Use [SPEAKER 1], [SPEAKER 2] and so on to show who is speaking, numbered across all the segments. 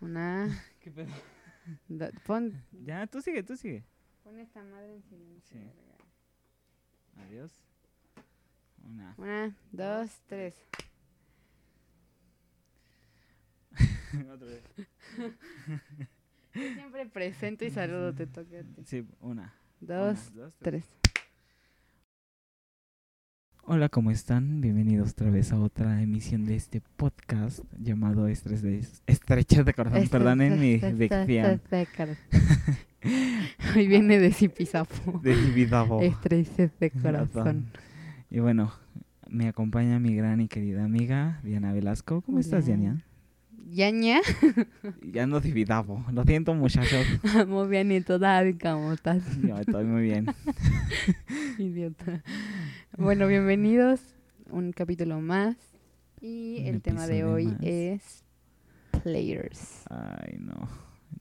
[SPEAKER 1] Una.
[SPEAKER 2] ¿Qué pedo?
[SPEAKER 1] do- pon,
[SPEAKER 2] Ya, tú sigue, tú sigue.
[SPEAKER 1] pon esta madre en silencio.
[SPEAKER 2] Sí.
[SPEAKER 1] verga.
[SPEAKER 2] Adiós. Una.
[SPEAKER 1] Una, dos, tres.
[SPEAKER 2] Otra vez.
[SPEAKER 1] Yo siempre presento y saludo, te toca. a ti.
[SPEAKER 2] Sí, una.
[SPEAKER 1] Dos,
[SPEAKER 2] Una, dos,
[SPEAKER 1] tres.
[SPEAKER 2] tres. Hola, ¿cómo están? Bienvenidos otra vez a otra emisión de este podcast llamado Estrés de Estrechas de Corazón. Perdonen mi dicción
[SPEAKER 1] Hoy viene de Zipizapo.
[SPEAKER 2] de mi vida, bo.
[SPEAKER 1] Estreches de corazón.
[SPEAKER 2] Y bueno, me acompaña mi gran y querida amiga Diana Velasco. ¿Cómo estás,
[SPEAKER 1] Hola.
[SPEAKER 2] Diana?
[SPEAKER 1] Yaña,
[SPEAKER 2] Ya no dividabo. Lo siento, muchachos.
[SPEAKER 1] muy bien y toda camotas,
[SPEAKER 2] Yo estoy muy bien.
[SPEAKER 1] idiota. Bueno, bienvenidos. Un capítulo más. Y
[SPEAKER 2] Un
[SPEAKER 1] el tema de
[SPEAKER 2] episodio
[SPEAKER 1] hoy
[SPEAKER 2] más.
[SPEAKER 1] es Players.
[SPEAKER 2] Ay, no.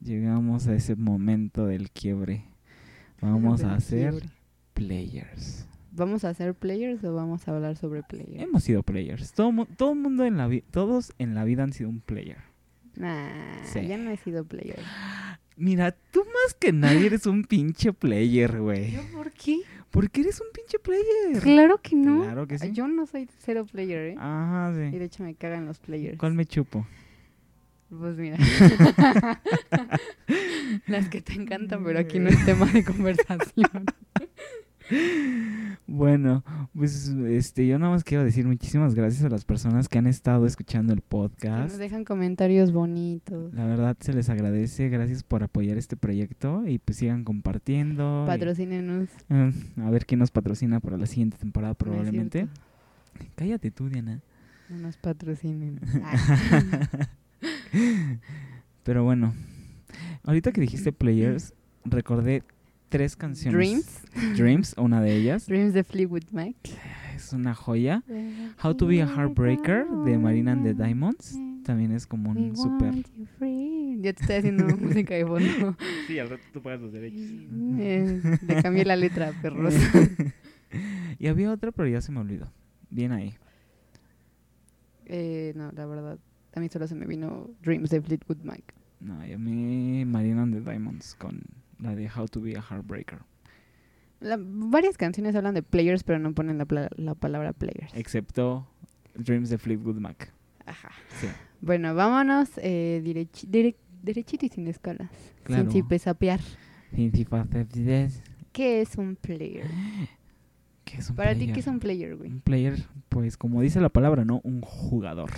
[SPEAKER 2] Llegamos a ese momento del quiebre. Vamos a hacer players.
[SPEAKER 1] ¿Vamos a hacer players o vamos a hablar sobre players?
[SPEAKER 2] Hemos sido players. Todo, mu- todo mundo en la vida, todos en la vida han sido un player.
[SPEAKER 1] Nah,
[SPEAKER 2] Sí.
[SPEAKER 1] ya no he sido player.
[SPEAKER 2] Mira, tú más que nadie eres un pinche player, güey.
[SPEAKER 1] por qué?
[SPEAKER 2] Porque eres un pinche player.
[SPEAKER 1] Claro que no.
[SPEAKER 2] Claro que sí.
[SPEAKER 1] Yo no soy cero player, ¿eh?
[SPEAKER 2] Ajá,
[SPEAKER 1] Y
[SPEAKER 2] sí.
[SPEAKER 1] de hecho me cagan los players.
[SPEAKER 2] ¿Cuál me chupo?
[SPEAKER 1] Pues mira. Las que te encantan, pero aquí no
[SPEAKER 2] Mm.
[SPEAKER 1] es tema de conversación.
[SPEAKER 2] Bueno, pues este, yo nada más quiero decir muchísimas gracias a las personas que han estado escuchando el
[SPEAKER 1] Que
[SPEAKER 2] podcast.
[SPEAKER 1] nos dejan comentarios bonitos.
[SPEAKER 2] La verdad se les agradece, gracias por apoyar este proyecto y pues sigan compartiendo. y,
[SPEAKER 1] Patrocínenos.
[SPEAKER 2] eh, a ver quién nos patrocina para la siguiente temporada
[SPEAKER 1] No es
[SPEAKER 2] probablemente.
[SPEAKER 1] cierto,
[SPEAKER 2] Cállate tú, Diana.
[SPEAKER 1] No nos patrocinen. Ah,
[SPEAKER 2] Pero bueno, ahorita que dijiste Players, recordé tres canciones.
[SPEAKER 1] Dreams.
[SPEAKER 2] Dreams, una de ellas.
[SPEAKER 1] Dreams de Fleetwood Mac. Oh
[SPEAKER 2] Es una joya. How to be a Heartbreaker de Marina and the Diamonds. También es como
[SPEAKER 1] We
[SPEAKER 2] un super...
[SPEAKER 1] want you free. Yo te estoy haciendo música de fondo.
[SPEAKER 2] Sí, al rato tú pagas los
[SPEAKER 1] Eh, Le cambié la letra, perros.
[SPEAKER 2] Eh. y había otra, pero ya se me olvidó. Bien ahí.
[SPEAKER 1] Eh, no, la verdad. A mí solo se me vino Dreams de Fleetwood Mac.
[SPEAKER 2] No, y a mí Marina and the Diamonds con la de How to be a Heartbreaker.
[SPEAKER 1] La- varias canciones hablan de players, pero no ponen la, pla- la palabra players.
[SPEAKER 2] Excepto Dreams de Fleetwood Mac.
[SPEAKER 1] Ajá.
[SPEAKER 2] Sí.
[SPEAKER 1] Bueno, vámonos eh, derechi- dere- derechito y sin escalas.
[SPEAKER 2] Claro.
[SPEAKER 1] Sin chipesapear.
[SPEAKER 2] ¿Qué
[SPEAKER 1] ¿Qué es un player?
[SPEAKER 2] es Ah, un
[SPEAKER 1] Para ti,
[SPEAKER 2] player?
[SPEAKER 1] ¿qué es un player, güey?
[SPEAKER 2] Un player, pues como dice la palabra, ¿no? Un jugador.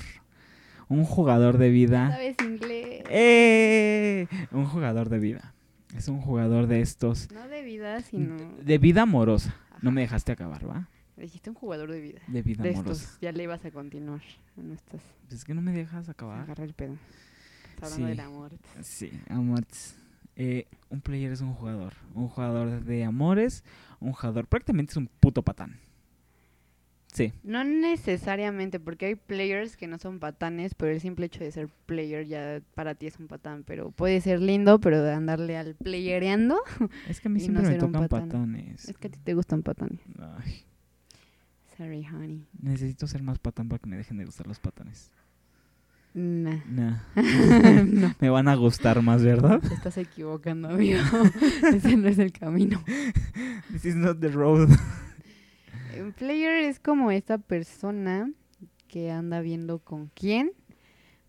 [SPEAKER 2] Un jugador de vida.
[SPEAKER 1] ¿Sabes inglés?
[SPEAKER 2] ¡Eh! Un jugador de vida. Es un jugador de estos.
[SPEAKER 1] No de vida, sino.
[SPEAKER 2] De vida amorosa.
[SPEAKER 1] Ajá.
[SPEAKER 2] No me dejaste acabar, ¿va?
[SPEAKER 1] Dijiste un jugador de vida.
[SPEAKER 2] De vida
[SPEAKER 1] De
[SPEAKER 2] amorosa.
[SPEAKER 1] estos. Ya le ibas a continuar. No estás.
[SPEAKER 2] Pues Es que no me dejas acabar.
[SPEAKER 1] Agarra el pedo. Estás hablando
[SPEAKER 2] Sí.
[SPEAKER 1] del amor.
[SPEAKER 2] Sí, amores. Eh, un player es un jugador. Un jugador de amores. Un jugador. Prácticamente es un puto patán. Sí.
[SPEAKER 1] No necesariamente, porque hay players que no son patanes, pero el simple hecho de ser player ya para ti es un patán. Pero puede ser lindo, pero de andarle al playereando,
[SPEAKER 2] Es que a mí
[SPEAKER 1] Y no
[SPEAKER 2] siempre me
[SPEAKER 1] ser un
[SPEAKER 2] tocan
[SPEAKER 1] patán.
[SPEAKER 2] patanes.
[SPEAKER 1] es que a ti te gustan patanes.
[SPEAKER 2] Ay,
[SPEAKER 1] Sorry, honey.
[SPEAKER 2] necesito ser más patán para que me dejen de gustar los patanes.
[SPEAKER 1] Nah.
[SPEAKER 2] Nah.
[SPEAKER 1] no,
[SPEAKER 2] Me van a gustar más, ¿verdad?
[SPEAKER 1] te estás equivocando, amigo. Ese no es el camino.
[SPEAKER 2] This is not the road.
[SPEAKER 1] Un player es como esta persona que anda viendo con quién,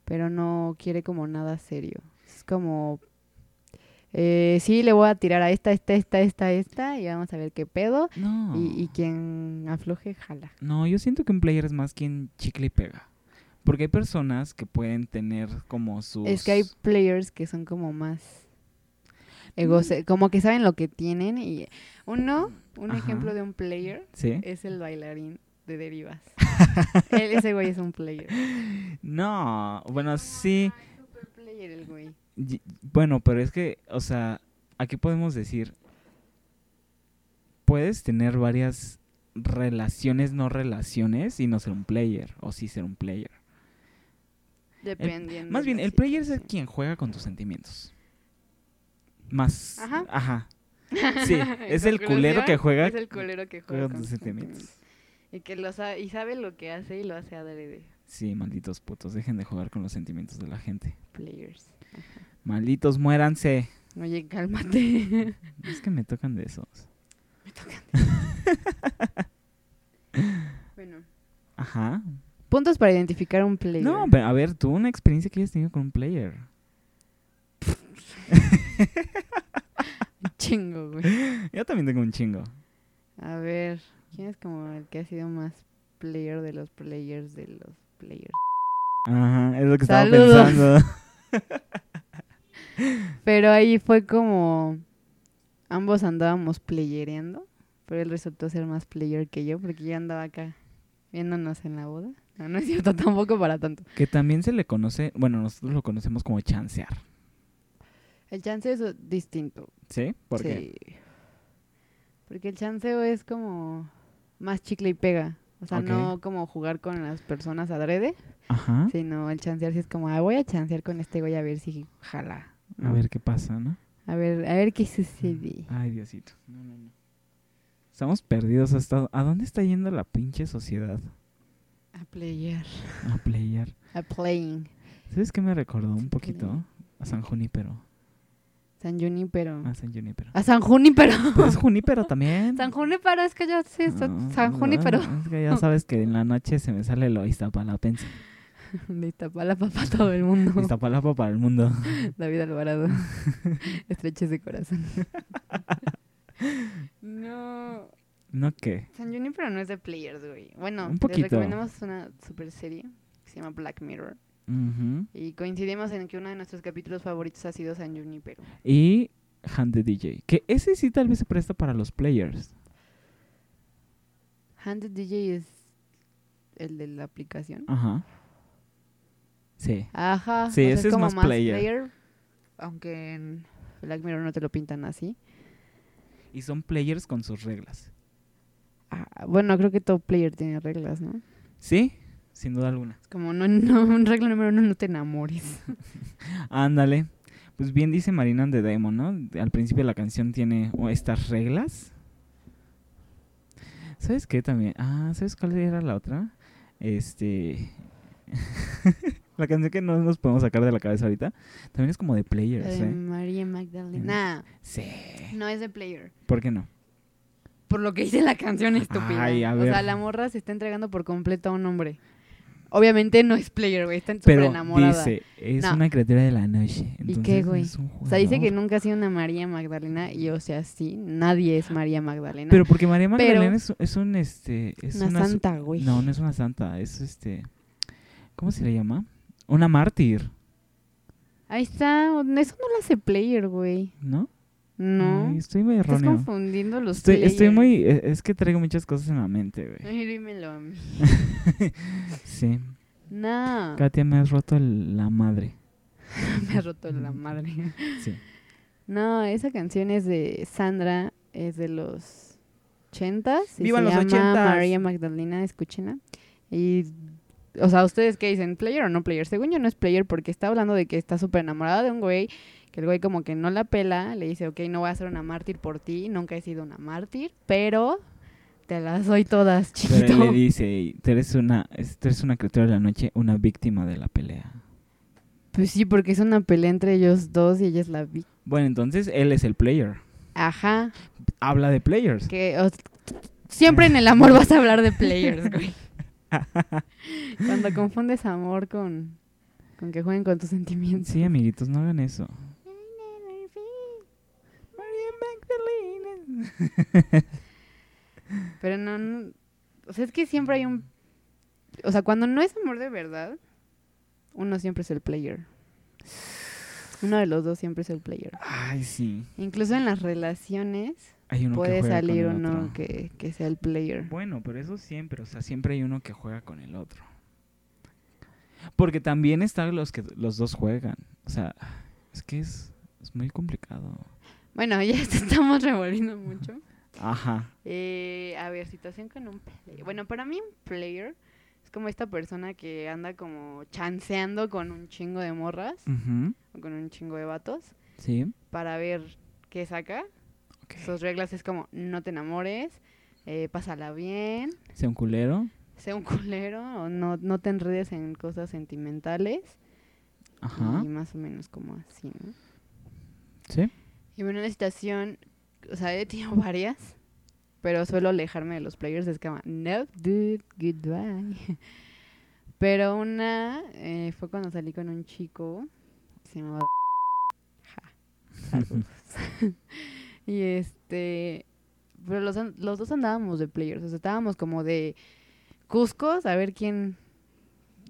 [SPEAKER 1] pero no quiere como nada serio. Es como, eh, sí, le voy a tirar a esta, esta, esta, esta, esta, y vamos a ver qué pedo.
[SPEAKER 2] No.
[SPEAKER 1] Y, y quien afloje, jala.
[SPEAKER 2] No, yo siento que un player es más quien chicle y pega. Porque hay personas que pueden tener como sus...
[SPEAKER 1] Es que hay players que son como más egoce- como que saben lo que tienen. y Uno, un
[SPEAKER 2] Ajá.
[SPEAKER 1] ejemplo de un player
[SPEAKER 2] ¿Sí?
[SPEAKER 1] es el bailarín de derivas. Él, ese güey es un player.
[SPEAKER 2] No, bueno, sí.
[SPEAKER 1] Super player el güey.
[SPEAKER 2] Y- Bueno, pero es que, o sea, aquí podemos decir... Puedes tener varias relaciones, no relaciones, y no ser un player, o sí ser un player.
[SPEAKER 1] Dependiendo.
[SPEAKER 2] Más
[SPEAKER 1] de
[SPEAKER 2] bien,
[SPEAKER 1] la
[SPEAKER 2] el player es el
[SPEAKER 1] situación.
[SPEAKER 2] quien juega con tus sentimientos. Más.
[SPEAKER 1] Ajá.
[SPEAKER 2] Ajá. Sí,
[SPEAKER 1] En
[SPEAKER 2] es el culero que
[SPEAKER 1] conclusión,
[SPEAKER 2] juega
[SPEAKER 1] Es el culero que
[SPEAKER 2] con
[SPEAKER 1] juega
[SPEAKER 2] tus sentimientos.
[SPEAKER 1] Y que lo sabe, y sabe lo que hace y lo hace adrede.
[SPEAKER 2] Sí, malditos putos, dejen de jugar con los sentimientos de la gente.
[SPEAKER 1] Players.
[SPEAKER 2] Malditos, muéranse.
[SPEAKER 1] Oye, cálmate.
[SPEAKER 2] Es que me tocan de esos.
[SPEAKER 1] bueno.
[SPEAKER 2] Ajá.
[SPEAKER 1] Puntos para identificar un player.
[SPEAKER 2] No, pero a ver, tú una experiencia que hayas tenido con un player.
[SPEAKER 1] Chingo, güey.
[SPEAKER 2] Yo también tengo un chingo.
[SPEAKER 1] A ver, ¿quién es como el que ha sido más player de los players de los players?
[SPEAKER 2] Ajá, es lo que estaba
[SPEAKER 1] Saludos.
[SPEAKER 2] pensando.
[SPEAKER 1] Pero ahí fue como ambos andábamos playereando, pero él resultó ser más player que yo porque yo andaba acá viéndonos en la boda. No, no es cierto, tampoco para tanto.
[SPEAKER 2] Que también se le conoce, bueno, nosotros lo conocemos como chancear,
[SPEAKER 1] El chanceo es o- distinto.
[SPEAKER 2] ¿sí? Porque
[SPEAKER 1] sí. Porque el chanceo es como más chicle y pega. O sea,
[SPEAKER 2] Ok.
[SPEAKER 1] no como jugar con las personas adrede,
[SPEAKER 2] ajá.
[SPEAKER 1] sino el chancear sí es como, ah, voy a chancear con este güey a ver si jala.
[SPEAKER 2] A ver qué pasa, ¿no?
[SPEAKER 1] A ver, a ver qué sucede.
[SPEAKER 2] Ay, Diosito. No, no, no. Estamos perdidos hasta ¿A dónde está yendo la pinche sociedad? Mm.
[SPEAKER 1] A player.
[SPEAKER 2] A playar.
[SPEAKER 1] A playing.
[SPEAKER 2] ¿Sabes qué me recordó
[SPEAKER 1] Play.
[SPEAKER 2] un poquito? A San Junípero.
[SPEAKER 1] San Junípero.
[SPEAKER 2] A San Junípero.
[SPEAKER 1] A San Junípero.
[SPEAKER 2] Pero es Junípero también.
[SPEAKER 1] San Junípero, es que yo sí, está
[SPEAKER 2] Ah,
[SPEAKER 1] San
[SPEAKER 2] ah,
[SPEAKER 1] Junípero.
[SPEAKER 2] Es que ya sabes que en la noche se me sale lo Iztapalapense.
[SPEAKER 1] De Iztapalapa para todo el mundo.
[SPEAKER 2] Iztapalapa para el mundo.
[SPEAKER 1] David Alvarado. Estreches de corazón. no.
[SPEAKER 2] ¿No qué?
[SPEAKER 1] San Junípero no es de Players, güey. Bueno,
[SPEAKER 2] Un
[SPEAKER 1] les
[SPEAKER 2] poquito.
[SPEAKER 1] recomendamos una super serie que se llama Black Mirror.
[SPEAKER 2] Ujú.
[SPEAKER 1] Y coincidimos en que uno de nuestros capítulos favoritos ha sido San Junípero.
[SPEAKER 2] Y Hand the DJ. Que ese sí tal vez se presta para los players.
[SPEAKER 1] Handed DJ es el de la aplicación.
[SPEAKER 2] Ajá. Sí.
[SPEAKER 1] Ajá.
[SPEAKER 2] Ah. Sí, ese es más player.
[SPEAKER 1] Aunque en Black Mirror no te lo pintan así.
[SPEAKER 2] Y son players con sus reglas.
[SPEAKER 1] Ah, bueno, creo que todo player tiene reglas, ¿no?
[SPEAKER 2] ¿Sí? Sin duda alguna.
[SPEAKER 1] Es como, no, no, regla número uno, no te enamores.
[SPEAKER 2] Ándale. Pues bien dice Marina and the Demon, ¿no? Al principio la canción tiene o estas reglas. ¿Sabes qué también? Ah, ¿sabes cuál era la otra? Este... la canción que no nos podemos sacar de la cabeza ahorita. También es como de
[SPEAKER 1] La
[SPEAKER 2] players,
[SPEAKER 1] de
[SPEAKER 2] ¿eh?
[SPEAKER 1] María Magdalena.
[SPEAKER 2] Sí.
[SPEAKER 1] No es de player.
[SPEAKER 2] ¿Por qué no?
[SPEAKER 1] Por lo que dice la canción estúpida.
[SPEAKER 2] Ay, a
[SPEAKER 1] O
[SPEAKER 2] ver.
[SPEAKER 1] sea, la morra se está entregando por completo a un hombre. Obviamente no es player, güey. Está súper
[SPEAKER 2] Pero
[SPEAKER 1] enamorada.
[SPEAKER 2] dice, es
[SPEAKER 1] No.
[SPEAKER 2] una criatura de la noche.
[SPEAKER 1] ¿Y
[SPEAKER 2] entonces
[SPEAKER 1] qué, güey?
[SPEAKER 2] es un
[SPEAKER 1] O sea, dice que
[SPEAKER 2] jugador.
[SPEAKER 1] nunca ha sido una María Magdalena. Y, o sea, sí, nadie es María Magdalena.
[SPEAKER 2] Pero porque María
[SPEAKER 1] Pero-
[SPEAKER 2] Magdalena es, es un, este... Es
[SPEAKER 1] una,
[SPEAKER 2] una su-
[SPEAKER 1] santa, güey.
[SPEAKER 2] No, no es una santa, es este. ¿Cómo se le llama? Una mártir,
[SPEAKER 1] Ahí está, eso no lo hace player, güey.
[SPEAKER 2] ¿no?
[SPEAKER 1] No.
[SPEAKER 2] Ay, estoy muy
[SPEAKER 1] Estás
[SPEAKER 2] erróneo.
[SPEAKER 1] confundiendo los
[SPEAKER 2] Estoy, estoy
[SPEAKER 1] players.
[SPEAKER 2] muy. e- Es que traigo muchas cosas en la mente, güey.
[SPEAKER 1] Ay, dímelo a mí.
[SPEAKER 2] Sí.
[SPEAKER 1] No.
[SPEAKER 2] Katia, me has roto el- la madre.
[SPEAKER 1] Me ha roto la madre.
[SPEAKER 2] Sí.
[SPEAKER 1] No, esa canción es de Sandra, es de los ochentas. y
[SPEAKER 2] ¡Viva
[SPEAKER 1] se
[SPEAKER 2] los
[SPEAKER 1] llama
[SPEAKER 2] ochentas!
[SPEAKER 1] María Magdalena, escúchenla. Y, o sea, ¿ustedes qué dicen? ¿Player o no player? Según yo no es player porque está hablando de que está súper enamorada de un güey, que el güey como que no la pela, le dice, ok, no voy a ser una mártir por ti, nunca he sido una mártir, pero te las doy todas,
[SPEAKER 2] Pero él le
[SPEAKER 1] chiquito.
[SPEAKER 2] dice: Tú eres una, es- tú eres una criatura de la noche, una víctima de la pelea.
[SPEAKER 1] Pues sí, porque es una pelea entre ellos dos y ella es la vi.
[SPEAKER 2] Bueno, entonces él es el player.
[SPEAKER 1] Ajá,
[SPEAKER 2] Habla de players.
[SPEAKER 1] Que o- siempre en el amor vas a hablar de players, güey. Cuando confundes amor con, con que jueguen con tus sentimientos.
[SPEAKER 2] Sí, amiguitos, no hagan eso. María Magdalena.
[SPEAKER 1] Pero no, no- O sea, es que siempre hay un. O sea, cuando no es amor de verdad, uno siempre es el player. Uno de los dos siempre es el player.
[SPEAKER 2] Ay, sí.
[SPEAKER 1] Incluso en las relaciones
[SPEAKER 2] Hay uno que
[SPEAKER 1] puede
[SPEAKER 2] juega con
[SPEAKER 1] salir
[SPEAKER 2] el
[SPEAKER 1] uno
[SPEAKER 2] otro.
[SPEAKER 1] que, que sea el player.
[SPEAKER 2] Bueno, pero eso siempre, o sea, siempre hay uno que juega con el otro. Porque también están los que los dos juegan. O sea, es que es, es muy complicado.
[SPEAKER 1] Bueno, ya te estamos revolviendo mucho.
[SPEAKER 2] Ajá.
[SPEAKER 1] Eh, a ver, situación con un player. Bueno, para mí un player es como esta persona que anda como chanceando con un chingo de morras o con un chingo de vatos
[SPEAKER 2] Sí.
[SPEAKER 1] para ver qué saca.
[SPEAKER 2] Ok.
[SPEAKER 1] Sus reglas es como no te enamores, eh, pásala bien,
[SPEAKER 2] Sea un culero.
[SPEAKER 1] sea un culero o no, no te enredes en cosas sentimentales.
[SPEAKER 2] Ajá.
[SPEAKER 1] Y más o menos como así, ¿no?
[SPEAKER 2] Sí.
[SPEAKER 1] Y bueno, una situación, o sea, he tenido varias, pero suelo alejarme de los players de escama. No, dude, goodbye. Pero una eh, fue cuando salí con un chico, se llamaba... Ja, saludos. y este, pero los, an- los dos andábamos de players, o sea, estábamos como de cuscos, a ver quién,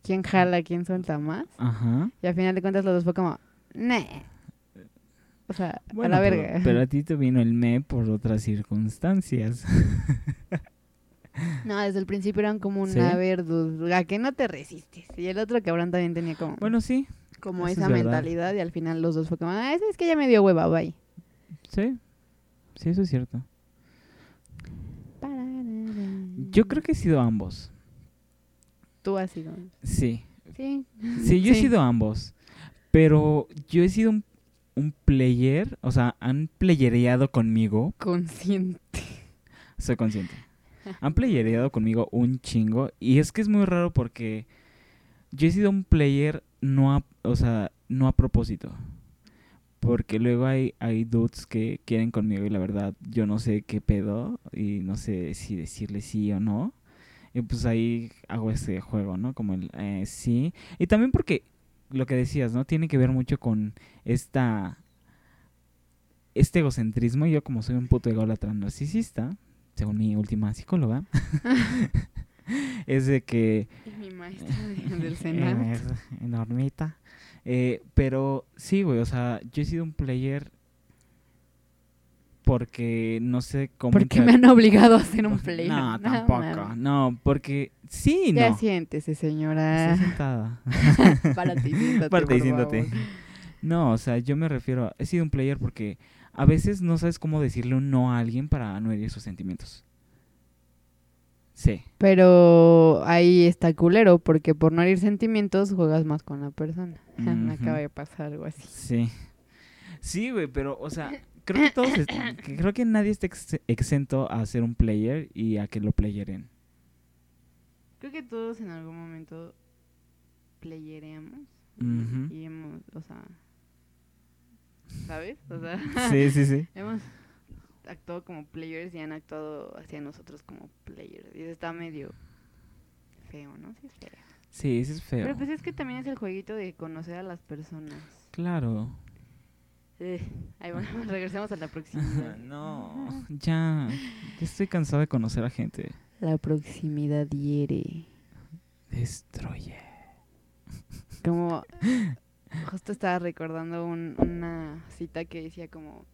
[SPEAKER 1] quién jala, quién suelta más.
[SPEAKER 2] Ajá.
[SPEAKER 1] Y al final de cuentas los dos fue como, nah. O sea,
[SPEAKER 2] Bueno,
[SPEAKER 1] a la
[SPEAKER 2] pero-
[SPEAKER 1] verga.
[SPEAKER 2] Pero, a ti te vino el me por otras circunstancias.
[SPEAKER 1] No, desde el principio eran como
[SPEAKER 2] ¿Sí?
[SPEAKER 1] una verdura que no te resistes. Y el otro cabrón también tenía como,
[SPEAKER 2] Bueno, sí,
[SPEAKER 1] como
[SPEAKER 2] eso es
[SPEAKER 1] esa
[SPEAKER 2] verdad.
[SPEAKER 1] mentalidad y al final los dos fue como, ah, es que ya me dio hueva, bye.
[SPEAKER 2] sí. Sí, eso es cierto. Yo creo que he sido ambos.
[SPEAKER 1] Tú has sido.
[SPEAKER 2] Sí.
[SPEAKER 1] Sí.
[SPEAKER 2] Sí, yo he
[SPEAKER 1] Sí.
[SPEAKER 2] sido ambos. Pero yo he sido un, un player, o sea, han playereado conmigo,
[SPEAKER 1] Consciente.
[SPEAKER 2] soy consciente. Han playereado conmigo un chingo. Y es que es muy raro porque yo he sido un player no a, o sea, no a propósito. Porque luego hay, hay dudes que quieren conmigo y la verdad yo no sé qué pedo y no sé si decirle sí o no. Y pues ahí hago ese juego, ¿no? Como el eh, sí. Y también porque lo que decías, ¿no? Tiene que ver mucho con esta... Este egocentrismo. Y Yo como soy un puto ególatra narcisista, según mi última psicóloga, es de que
[SPEAKER 1] Y mi maestra de- del
[SPEAKER 2] eh,
[SPEAKER 1] Senado.
[SPEAKER 2] es Enormita. Eh, pero sí, güey, o sea, yo he sido un player porque no sé cómo...
[SPEAKER 1] Porque me
[SPEAKER 2] entrar-
[SPEAKER 1] han obligado a ser un player.
[SPEAKER 2] No, tampoco.
[SPEAKER 1] mames.
[SPEAKER 2] No, porque sí,
[SPEAKER 1] Ya
[SPEAKER 2] no.
[SPEAKER 1] siéntese, señora.
[SPEAKER 2] Estoy sentada.
[SPEAKER 1] Párate y siéntate.
[SPEAKER 2] Párate y
[SPEAKER 1] por
[SPEAKER 2] siéntate.
[SPEAKER 1] favor.
[SPEAKER 2] No, o sea, yo me refiero a... He sido un player porque a veces no sabes cómo decirle un no a alguien para no herir sus sentimientos. Sí.
[SPEAKER 1] Pero ahí está culero, porque por no herir sentimientos juegas más con la persona.
[SPEAKER 2] Ujú.
[SPEAKER 1] Me acaba de pasar algo así.
[SPEAKER 2] Sí. Sí, güey, pero, o sea, creo que todos, es- que creo que nadie está ex- exento a ser un player y a que lo playeren.
[SPEAKER 1] Creo que todos en algún momento playereamos
[SPEAKER 2] Ujú.
[SPEAKER 1] y hemos, o sea, ¿sabes? O sea,
[SPEAKER 2] Sí, sí, sí.
[SPEAKER 1] hemos actuado como players y han actuado hacia nosotros como players. Y eso está medio feo, ¿no? Sí, es feo.
[SPEAKER 2] Sí, eso es feo.
[SPEAKER 1] Pero pues es que también es el jueguito de conocer a las personas.
[SPEAKER 2] Claro.
[SPEAKER 1] Eh, ahí vamos, regresemos a la proximidad.
[SPEAKER 2] no, ya. Ya estoy cansado de conocer a gente.
[SPEAKER 1] La proximidad hiere.
[SPEAKER 2] Destruye.
[SPEAKER 1] Como justo estaba recordando un- una cita que decía como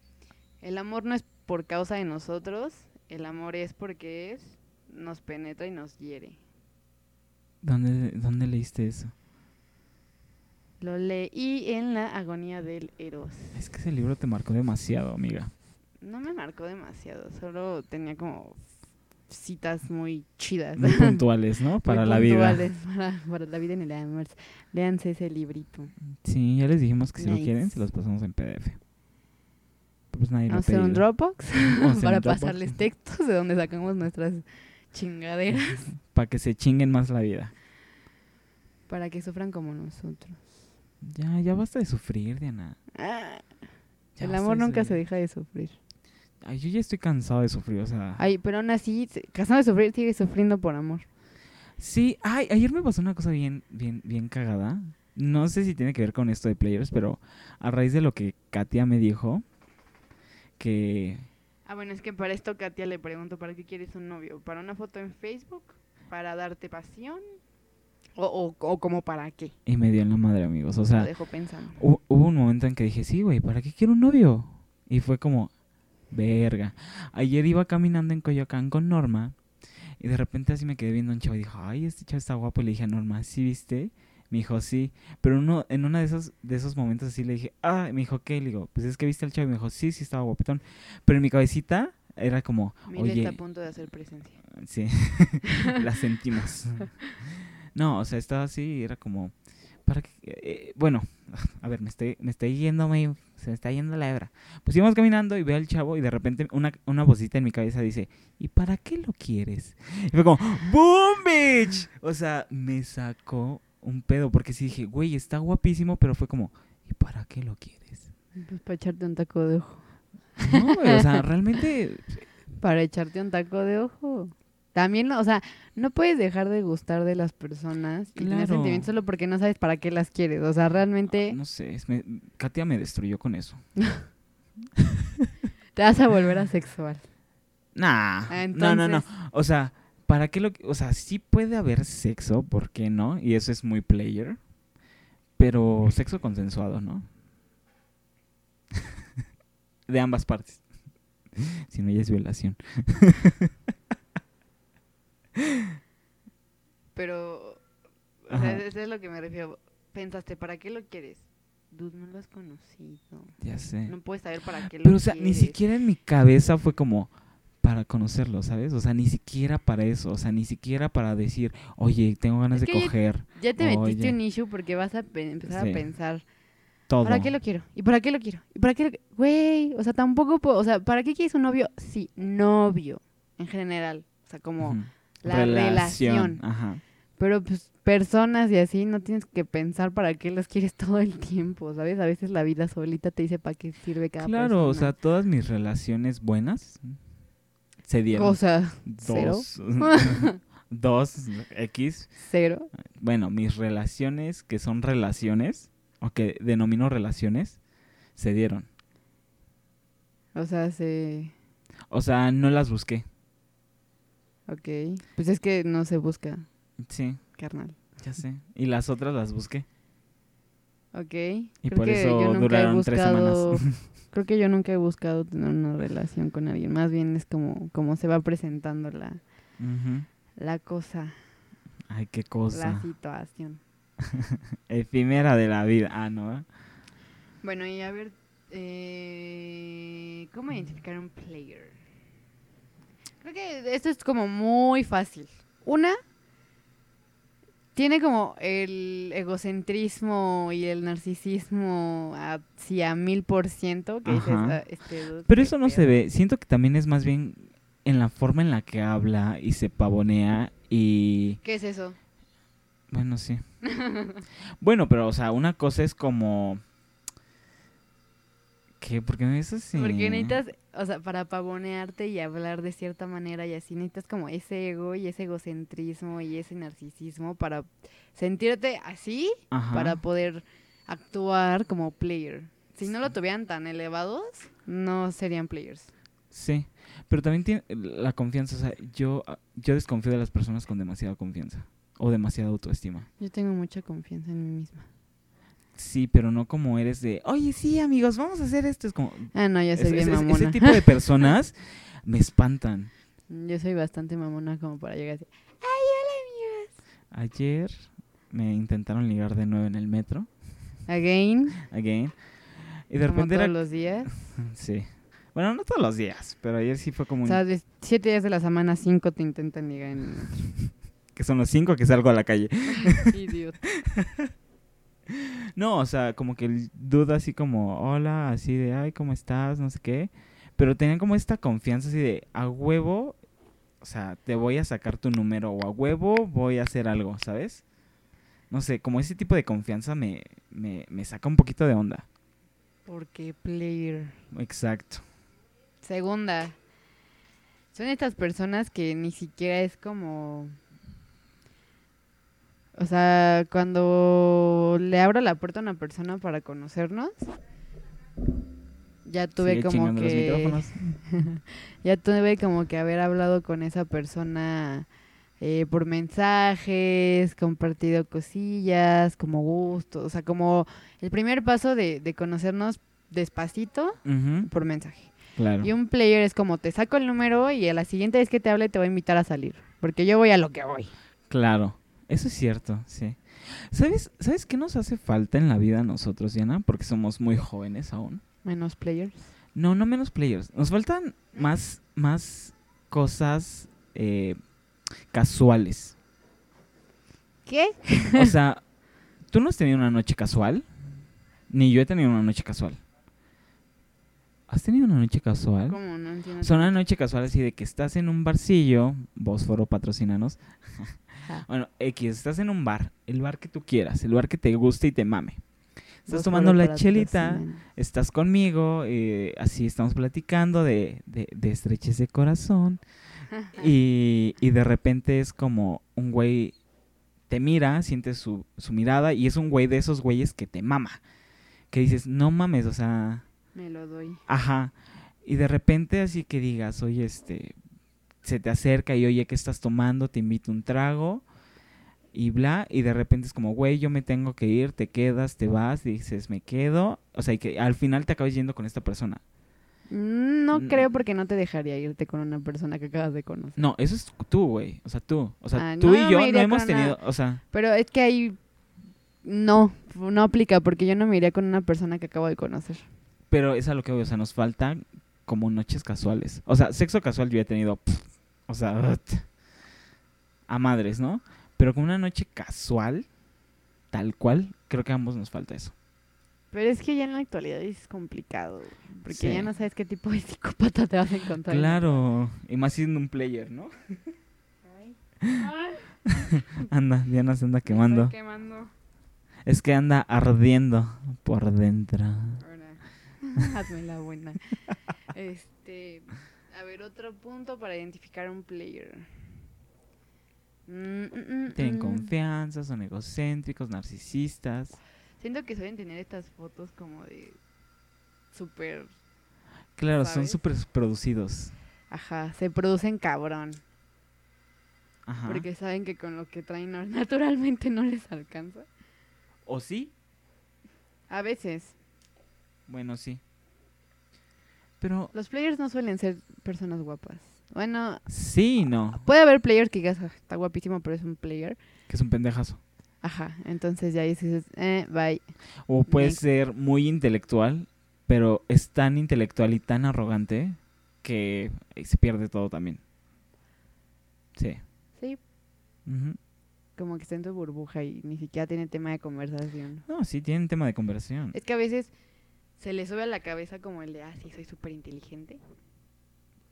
[SPEAKER 1] el amor no es por causa de nosotros, el amor es porque es, nos penetra y nos hiere.
[SPEAKER 2] ¿Dónde, ¿Dónde leíste eso?
[SPEAKER 1] Lo leí en la agonía del Eros.
[SPEAKER 2] Es que ese libro te marcó demasiado, amiga.
[SPEAKER 1] No me marcó demasiado, solo tenía como citas muy chidas.
[SPEAKER 2] Muy puntuales, ¿no?
[SPEAKER 1] Muy
[SPEAKER 2] Para la vida.
[SPEAKER 1] puntuales Para, para la vida en el amor. Léanse ese librito.
[SPEAKER 2] Sí, ya les dijimos que si lo
[SPEAKER 1] Nice.
[SPEAKER 2] quieren, se los pasamos en PDF. Pero Pues nadie lo ha
[SPEAKER 1] Vamos a hacer un
[SPEAKER 2] pedido.
[SPEAKER 1] Dropbox
[SPEAKER 2] Vamos a hacer
[SPEAKER 1] para
[SPEAKER 2] un Dropbox.
[SPEAKER 1] pasarles textos de donde sacamos nuestras chingaderas
[SPEAKER 2] para que se chinguen más la vida.
[SPEAKER 1] para que sufran como nosotros.
[SPEAKER 2] Ya, ya basta de sufrir, Diana. Ya
[SPEAKER 1] Ah, el
[SPEAKER 2] basta
[SPEAKER 1] amor
[SPEAKER 2] de
[SPEAKER 1] nunca se
[SPEAKER 2] sufrir.
[SPEAKER 1] deja de sufrir.
[SPEAKER 2] Ay, yo ya estoy cansado de sufrir, o sea.
[SPEAKER 1] Ay, pero aún así, se- cansado de sufrir, sigue sufriendo por amor.
[SPEAKER 2] Sí, ay, ayer me pasó una cosa bien, bien, bien cagada. No sé si tiene que ver con esto de players, pero a raíz de lo que Katia me dijo, que
[SPEAKER 1] Ah, bueno, es que para esto Katia le pregunto, ¿para qué quieres un novio? ¿Para una foto en Facebook? ¿Para darte pasión? ¿O, o, o como para qué?
[SPEAKER 2] y me dio en la madre, amigos. O
[SPEAKER 1] Lo
[SPEAKER 2] sea,
[SPEAKER 1] dejo pensando.
[SPEAKER 2] hu- hubo un momento en que dije, sí, güey, ¿para qué quiero un novio? Y fue como, verga. Ayer iba caminando en Coyoacán con Norma y de repente así me quedé viendo a un chavo y dijo, ay, este chavo está guapo. Y le dije a Norma, ¿sí viste? Me dijo, sí. Pero uno, en uno de esos, de esos momentos así le dije, ah, y me dijo, ¿qué? Le digo, pues es que viste al chavo. Y me dijo, sí, sí, estaba guapetón. Pero en mi cabecita era como,
[SPEAKER 1] Mira,
[SPEAKER 2] oye,
[SPEAKER 1] está a punto de hacer presencia.
[SPEAKER 2] Sí, la sentimos. No, o sea, estaba así y era como... ¿para qué? Eh, bueno, a ver, me estoy, me estoy yendo muy se me está yendo la hebra. Pues íbamos caminando y veo al chavo y de repente una, una vocita en mi cabeza dice, ¿y para qué lo quieres? Y fue como, ¡boom, bitch! O sea, me sacó un pedo porque sí dije, güey, está guapísimo, pero fue como, ¿y para qué lo quieres?
[SPEAKER 1] Pues para echarte un taco de ojo.
[SPEAKER 2] No, güey, o sea, realmente
[SPEAKER 1] Para echarte un taco de ojo. También, o sea, no puedes dejar de gustar de las personas y tener
[SPEAKER 2] Claro. Ah,
[SPEAKER 1] sentimientos solo porque no sabes para qué las quieres. O sea, realmente
[SPEAKER 2] No sé, es- me- Katia me destruyó con eso.
[SPEAKER 1] te vas a volver asexual.
[SPEAKER 2] Nah.
[SPEAKER 1] Ah,
[SPEAKER 2] No, no, no. O sea, ¿para qué lo que- O sea, sí puede haber sexo, ¿por qué no? Y eso es muy player. Pero sexo consensuado, ¿no? De ambas partes. Si no, ya es violación.
[SPEAKER 1] Pero, o
[SPEAKER 2] Ajá.
[SPEAKER 1] sea, eso es lo que me refiero. Pensaste, ¿para qué lo quieres? Dude, no lo has conocido.
[SPEAKER 2] Ya sé.
[SPEAKER 1] No puedes saber para qué lo
[SPEAKER 2] Pero, o sea, ni
[SPEAKER 1] quieres.
[SPEAKER 2] siquiera en mi cabeza fue como para conocerlo, ¿sabes? O sea, ni siquiera para eso. O sea, ni siquiera para decir, oye, tengo ganas
[SPEAKER 1] Es
[SPEAKER 2] de
[SPEAKER 1] que ya-
[SPEAKER 2] coger
[SPEAKER 1] Ya te metiste
[SPEAKER 2] Oye.
[SPEAKER 1] un issue porque vas a pe- empezar
[SPEAKER 2] Sí.
[SPEAKER 1] a pensar,
[SPEAKER 2] todo.
[SPEAKER 1] ¿para qué lo quiero? ¿Y para qué lo quiero? ¿Y para qué lo qui- Güey, o sea, tampoco puedo, o sea, ¿para qué quieres un novio? Sí, novio, en general, o sea, como
[SPEAKER 2] Ujú.
[SPEAKER 1] la relación.
[SPEAKER 2] Ajá.
[SPEAKER 1] Pero pues personas y así no tienes que pensar para qué las quieres todo el tiempo, ¿sabes? A veces la vida solita te dice para qué sirve cada
[SPEAKER 2] Claro, o sea,
[SPEAKER 1] persona.
[SPEAKER 2] todas mis relaciones buenas se dieron.
[SPEAKER 1] o sea, cero.
[SPEAKER 2] dos. dos X.
[SPEAKER 1] Cero.
[SPEAKER 2] Bueno, mis relaciones que son relaciones, o que denomino relaciones, se dieron.
[SPEAKER 1] O sea, se...
[SPEAKER 2] O sea, no las busqué.
[SPEAKER 1] Ok. Pues es que no se busca,
[SPEAKER 2] Sí,
[SPEAKER 1] carnal.
[SPEAKER 2] ya sé. Y las otras las busqué.
[SPEAKER 1] Ok.
[SPEAKER 2] Y por eso duraron tres
[SPEAKER 1] creo que yo nunca he buscado tener una relación con alguien. Más bien es como, como se va presentando la,
[SPEAKER 2] Ujú.
[SPEAKER 1] la cosa,
[SPEAKER 2] Ay, qué
[SPEAKER 1] la
[SPEAKER 2] cosa.
[SPEAKER 1] situación.
[SPEAKER 2] Efímera de la vida. Ah, no. ¿eh?
[SPEAKER 1] Bueno, y a ver, eh, ¿cómo identificar un player? Creo que esto es como muy fácil. Una, tiene como el egocentrismo y el narcisismo hacia mil por ciento. Que dices,
[SPEAKER 2] Ajá.
[SPEAKER 1] "Ah, este dude,
[SPEAKER 2] Pero
[SPEAKER 1] qué
[SPEAKER 2] eso no
[SPEAKER 1] pedo".
[SPEAKER 2] se ve. Siento que también es más bien en la forma en la que habla y se pavonea y...
[SPEAKER 1] ¿Qué es eso?
[SPEAKER 2] Bueno, sí. bueno, pero, o sea, una cosa es como... ¿Qué? ¿Por qué me ves así?
[SPEAKER 1] Porque necesitas, o sea, para pavonearte y hablar de cierta manera y así, necesitas como ese ego y ese egocentrismo y ese narcisismo para sentirte así
[SPEAKER 2] Ajá.
[SPEAKER 1] para poder actuar como player. Si no lo tuvieran tan elevados, no serían players.
[SPEAKER 2] Sí. Pero también tiene la confianza. O sea, yo, yo desconfío de las personas con demasiada confianza. O demasiada autoestima.
[SPEAKER 1] Yo tengo mucha confianza en mí misma.
[SPEAKER 2] Sí, pero no como eres de... Oye, sí, amigos, vamos a hacer esto. Es como...
[SPEAKER 1] Ah, no, yo soy
[SPEAKER 2] es-
[SPEAKER 1] bien
[SPEAKER 2] es-
[SPEAKER 1] mamona.
[SPEAKER 2] ese tipo de personas me espantan.
[SPEAKER 1] Yo soy bastante mamona como para llegar así.
[SPEAKER 2] Ayer me intentaron ligar de nuevo en el metro.
[SPEAKER 1] Again,
[SPEAKER 2] Again. Y de
[SPEAKER 1] como
[SPEAKER 2] repente
[SPEAKER 1] todos
[SPEAKER 2] era.
[SPEAKER 1] los días.
[SPEAKER 2] Sí. Bueno, no todos los días, pero ayer sí fue como.
[SPEAKER 1] O
[SPEAKER 2] un-
[SPEAKER 1] sea, de siete días de la semana, cinco te intentan ligar en el metro.
[SPEAKER 2] Que son los cinco que salgo a la calle.
[SPEAKER 1] Idiota.
[SPEAKER 2] No, o sea, como que el duda así como, hola, así de, ay, ¿cómo estás? No sé qué. Pero tenían como esta confianza así de, a huevo, o sea, te voy a sacar tu número o a huevo voy a hacer algo, ¿sabes? No sé, como ese tipo de confianza me, me, me saca un poquito de onda.
[SPEAKER 1] Porque player.
[SPEAKER 2] Exacto.
[SPEAKER 1] Segunda, son estas personas que ni siquiera es como... O sea, cuando le abro la puerta a una persona para conocernos, ya tuve
[SPEAKER 2] Sigue
[SPEAKER 1] como
[SPEAKER 2] chingando los
[SPEAKER 1] que...
[SPEAKER 2] micrófonos.
[SPEAKER 1] Ya tuve como que haber hablado con esa persona eh, por mensajes, compartido cosillas, como gustos, o sea, como el primer paso de, de conocernos despacito
[SPEAKER 2] Ujú,
[SPEAKER 1] por mensaje.
[SPEAKER 2] Claro.
[SPEAKER 1] Y un player es como, te saco el número y a la siguiente vez que te hable te voy a invitar a salir. Porque yo voy a lo que voy.
[SPEAKER 2] Claro, eso es cierto, sí. ¿Sabes, ¿Sabes qué nos hace falta en la vida a nosotros, Diana? Porque somos muy jóvenes aún.
[SPEAKER 1] Menos players.
[SPEAKER 2] No, no menos players. Nos faltan más, más cosas eh, casuales.
[SPEAKER 1] ¿Qué?
[SPEAKER 2] O sea, tú no has tenido una noche casual, ni yo he tenido una noche casual. ¿Has tenido una noche casual?
[SPEAKER 1] ¿Cómo? No entiendo.
[SPEAKER 2] O sea, una noche casual así de que estás en un barcillo, Bósforo, patrocínanos.
[SPEAKER 1] Ajá.
[SPEAKER 2] Bueno, X, estás en un bar, el bar que tú quieras, el bar que te guste y te mame. Estás
[SPEAKER 1] Bósforo
[SPEAKER 2] tomando la
[SPEAKER 1] para
[SPEAKER 2] chelita,
[SPEAKER 1] patrocinar.
[SPEAKER 2] estás conmigo, eh, así estamos platicando de, de, de estreches de corazón. Y, y de repente es como un güey te mira, sientes su, su mirada y es un güey de esos güeyes que te mama. Que dices, no mames, o sea,
[SPEAKER 1] Me lo doy.
[SPEAKER 2] ajá. Y de repente así que digas, oye, este, se te acerca y oye, ¿qué estás tomando? Te invito un trago y bla. Y de repente es como, güey, yo me tengo que ir, te quedas, te vas, dices, me quedo. O sea, y que al final te acabas yendo con esta persona.
[SPEAKER 1] Mm, No
[SPEAKER 2] Mm.
[SPEAKER 1] creo porque no te dejaría irte con una persona que acabas de conocer.
[SPEAKER 2] No, eso es tú, güey. O sea, tú. O sea,
[SPEAKER 1] Ah,
[SPEAKER 2] tú
[SPEAKER 1] no,
[SPEAKER 2] y yo
[SPEAKER 1] me
[SPEAKER 2] no
[SPEAKER 1] iría
[SPEAKER 2] hemos
[SPEAKER 1] con una-
[SPEAKER 2] tenido, o sea...
[SPEAKER 1] Pero es que ahí no, no aplica porque yo no me iría con una persona que acabo de conocer.
[SPEAKER 2] Pero es a lo que voy, o sea, nos faltan como noches casuales. O sea, sexo casual yo he tenido, pf, o sea, ut, a madres, ¿no? Pero con una noche casual, tal cual, creo que a ambos nos falta eso.
[SPEAKER 1] Pero es que ya en la actualidad es complicado, güey, porque
[SPEAKER 2] Sí.
[SPEAKER 1] ya no sabes qué tipo de psicópata te vas a encontrar.
[SPEAKER 2] Claro, y más siendo un player, ¿no? Anda, Diana se anda quemando.
[SPEAKER 1] quemando.
[SPEAKER 2] Es que anda ardiendo por dentro.
[SPEAKER 1] Ahora, hazme la buena. Este, a ver, otro punto para identificar a un player. Mm, mm, mm,
[SPEAKER 2] Tienen
[SPEAKER 1] mm.
[SPEAKER 2] confianza, son egocéntricos, narcisistas.
[SPEAKER 1] Siento que suelen tener estas fotos como de súper,
[SPEAKER 2] Claro, son
[SPEAKER 1] ¿Sabes?
[SPEAKER 2] súper producidos.
[SPEAKER 1] ajá, se producen cabrón.
[SPEAKER 2] Ajá.
[SPEAKER 1] Porque saben que con lo que traen no- naturalmente no les alcanza.
[SPEAKER 2] ¿O sí?
[SPEAKER 1] A veces,
[SPEAKER 2] Bueno, sí. Pero
[SPEAKER 1] los players no suelen ser personas guapas. Bueno,
[SPEAKER 2] sí y no,
[SPEAKER 1] puede haber players que digas, "Ah, está guapísimo, pero es un player.
[SPEAKER 2] que es un pendejazo.
[SPEAKER 1] Ajá, entonces ya ahí sí dices, eh, bye.
[SPEAKER 2] O puede
[SPEAKER 1] Next.
[SPEAKER 2] ser muy intelectual, pero es tan intelectual y tan arrogante que eh, se pierde todo también. Sí.
[SPEAKER 1] Sí,
[SPEAKER 2] Ujú.
[SPEAKER 1] como que está en tu burbuja y ni siquiera tiene tema de conversación.
[SPEAKER 2] No, sí, tienen tema de conversación.
[SPEAKER 1] Es que a veces se le sube a la cabeza como el de, ah, sí, soy súper inteligente.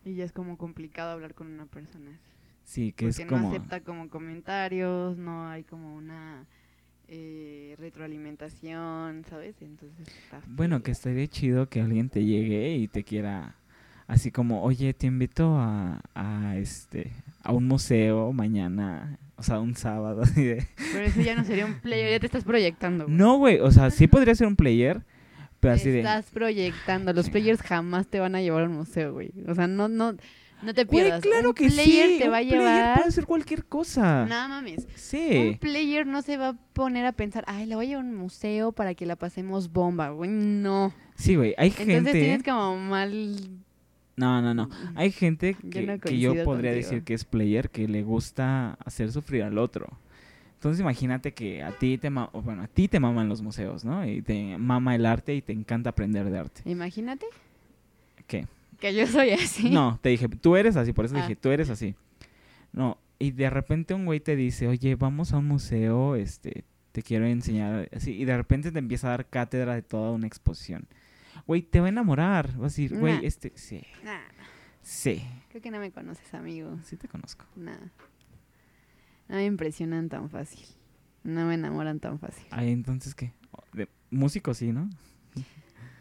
[SPEAKER 1] Y ya es como complicado hablar con una persona así.
[SPEAKER 2] Sí, que
[SPEAKER 1] porque
[SPEAKER 2] es
[SPEAKER 1] pues
[SPEAKER 2] como...
[SPEAKER 1] no acepta como comentarios, no hay como una eh, retroalimentación, ¿sabes? Entonces está
[SPEAKER 2] Bueno,
[SPEAKER 1] feo.
[SPEAKER 2] que estaría chido que alguien te llegue y te quiera así como, oye, te invito a, a este a un museo mañana, o sea, un sábado, así de...
[SPEAKER 1] Pero eso ya no sería un player, ya te estás proyectando. güey.
[SPEAKER 2] No, güey, o sea, sí podría ser un player, pero así
[SPEAKER 1] te
[SPEAKER 2] de...
[SPEAKER 1] estás proyectando. Los
[SPEAKER 2] Chinga.
[SPEAKER 1] players jamás te van a llevar a un museo, güey. O sea, no, no, no te
[SPEAKER 2] Güey,
[SPEAKER 1] pierdas.
[SPEAKER 2] claro
[SPEAKER 1] un
[SPEAKER 2] que
[SPEAKER 1] player
[SPEAKER 2] sí.
[SPEAKER 1] te
[SPEAKER 2] un
[SPEAKER 1] va a
[SPEAKER 2] player
[SPEAKER 1] llevar.
[SPEAKER 2] puede hacer cualquier cosa.
[SPEAKER 1] Nada mames. Un
[SPEAKER 2] Ah. Sí.
[SPEAKER 1] player no se va a poner a pensar, ay, la voy a llevar a un museo para que la pasemos bomba, güey. No.
[SPEAKER 2] Sí, güey. Hay
[SPEAKER 1] Entonces
[SPEAKER 2] gente. ¿eh?
[SPEAKER 1] tienes como mal.
[SPEAKER 2] No, no, no. Hay gente que
[SPEAKER 1] Yo
[SPEAKER 2] que yo,
[SPEAKER 1] no coincido
[SPEAKER 2] podría
[SPEAKER 1] contigo.
[SPEAKER 2] decir que es player, que le gusta hacer sufrir al otro. Entonces imagínate que a ti te ma- o bueno, a ti te maman los museos, ¿no? Y te mama el arte y te encanta aprender de arte.
[SPEAKER 1] Imagínate
[SPEAKER 2] ¿Qué?
[SPEAKER 1] que yo soy así.
[SPEAKER 2] No, te dije, tú eres así, por eso
[SPEAKER 1] Ah.
[SPEAKER 2] dije, tú eres así. No, y de repente un güey te dice, oye, vamos a un museo, este, te quiero enseñar, así, y de repente te empieza a dar cátedra de toda una exposición. Güey, te va a enamorar, vas a decir, güey,
[SPEAKER 1] Nah.
[SPEAKER 2] este, sí,
[SPEAKER 1] Nah,
[SPEAKER 2] sí,
[SPEAKER 1] creo que no me conoces, amigo.
[SPEAKER 2] sí te conozco.
[SPEAKER 1] Nada. No me impresionan tan fácil. No me enamoran tan fácil.
[SPEAKER 2] Ay, entonces, ¿qué? De- músico sí, ¿no?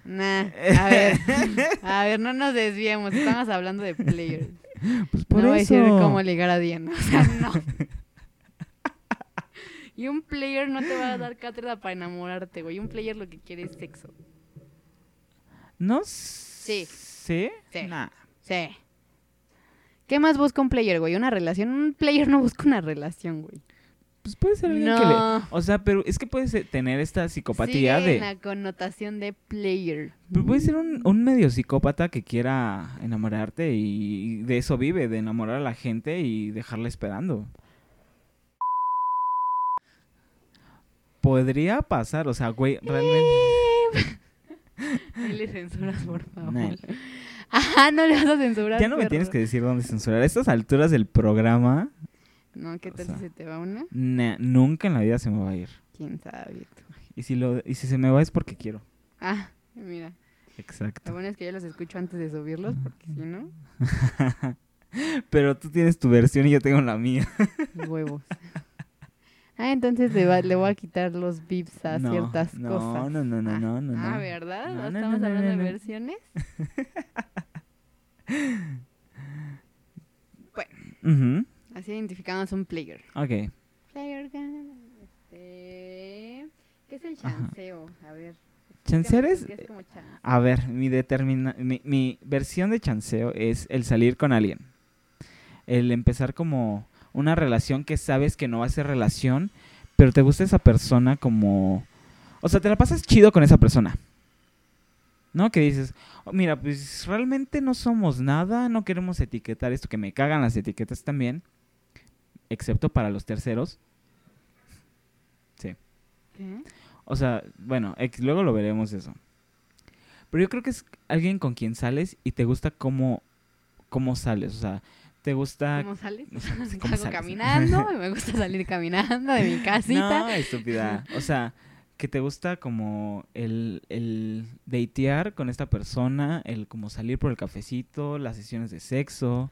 [SPEAKER 1] Nah, a ver. A ver, no nos desviemos. Estamos hablando de players.
[SPEAKER 2] Pues
[SPEAKER 1] No
[SPEAKER 2] por
[SPEAKER 1] voy a
[SPEAKER 2] eso.
[SPEAKER 1] decir cómo ligar a Diana. O sea, no. Y un player no te va a dar cátedra para enamorarte, güey. Un player lo que quiere es sexo.
[SPEAKER 2] ¿No?
[SPEAKER 1] Sí.
[SPEAKER 2] ¿Sí?
[SPEAKER 1] Sí.
[SPEAKER 2] Nah.
[SPEAKER 1] Sí. ¿Qué más busca un player, güey? Una relación. Un player no busca una relación, güey.
[SPEAKER 2] Pues puede ser alguien que le...
[SPEAKER 1] No.
[SPEAKER 2] O sea, pero es que puedes eh, tener esta psicopatía
[SPEAKER 1] Sigue
[SPEAKER 2] de...
[SPEAKER 1] en la connotación de player.
[SPEAKER 2] Pero Pues puede ser un,
[SPEAKER 1] Mm.
[SPEAKER 2] un medio psicópata que quiera enamorarte y de eso vive, de enamorar a la gente y dejarla esperando. Podría pasar, o sea,
[SPEAKER 1] Eh,
[SPEAKER 2] güey, realmente...
[SPEAKER 1] Ahí le censuras, por favor.
[SPEAKER 2] Nel.
[SPEAKER 1] Ajá, no le vas a censurar.
[SPEAKER 2] Ya no me
[SPEAKER 1] perro.
[SPEAKER 2] tienes que decir dónde censurar. A estas alturas del programa,
[SPEAKER 1] No, ¿qué
[SPEAKER 2] O
[SPEAKER 1] tal
[SPEAKER 2] sea.
[SPEAKER 1] si se te va una?
[SPEAKER 2] na- nunca en la vida se me va a ir.
[SPEAKER 1] ¿Quién sabe? tú?
[SPEAKER 2] Y si, lo, y si se me va es porque quiero.
[SPEAKER 1] Ah, mira. Lo
[SPEAKER 2] Exacto.
[SPEAKER 1] bueno es que yo los escucho antes de subirlos, porque si no, Ah,
[SPEAKER 2] Pero tú tienes tu versión y yo tengo la mía.
[SPEAKER 1] huevos. Ah, entonces le, va- le voy a quitar los bips a
[SPEAKER 2] No,
[SPEAKER 1] ciertas
[SPEAKER 2] no,
[SPEAKER 1] cosas.
[SPEAKER 2] No, no, no,
[SPEAKER 1] ah,
[SPEAKER 2] no, no.
[SPEAKER 1] ah,
[SPEAKER 2] no.
[SPEAKER 1] ¿verdad?
[SPEAKER 2] No,
[SPEAKER 1] ¿No
[SPEAKER 2] no, no,
[SPEAKER 1] estamos
[SPEAKER 2] no,
[SPEAKER 1] hablando
[SPEAKER 2] no, no.
[SPEAKER 1] de versiones?
[SPEAKER 2] Ujú,
[SPEAKER 1] Así identificamos un player.
[SPEAKER 2] Ok.
[SPEAKER 1] Player gan- este... ¿Qué es el chanceo? A ver.
[SPEAKER 2] Chancear
[SPEAKER 1] explícame qué
[SPEAKER 2] es-
[SPEAKER 1] como chan-
[SPEAKER 2] A ver, mi, determina mi, mi versión de chanceo es el salir con alguien. El empezar como una relación que sabes que no va a ser relación, pero te gusta esa persona como... O sea, te la pasas chido con esa persona. ¿No? Que dices, "Oh, mira, pues realmente no somos nada, no queremos etiquetar esto, que me cagan las etiquetas también, excepto para los terceros.
[SPEAKER 1] ¿Qué?
[SPEAKER 2] O sea, bueno, ex- luego lo veremos eso. Pero yo creo que es alguien con quien sales y te gusta cómo, cómo sales. O sea, te gusta...
[SPEAKER 1] ¿Cómo sales?
[SPEAKER 2] no sé, no sé
[SPEAKER 1] Salgo
[SPEAKER 2] Ah, cómo sales.
[SPEAKER 1] caminando, y me gusta salir caminando de mi casita.
[SPEAKER 2] No, estúpida. O sea, que te gusta como el, el datear con esta persona, el como salir por el cafecito, las sesiones de sexo,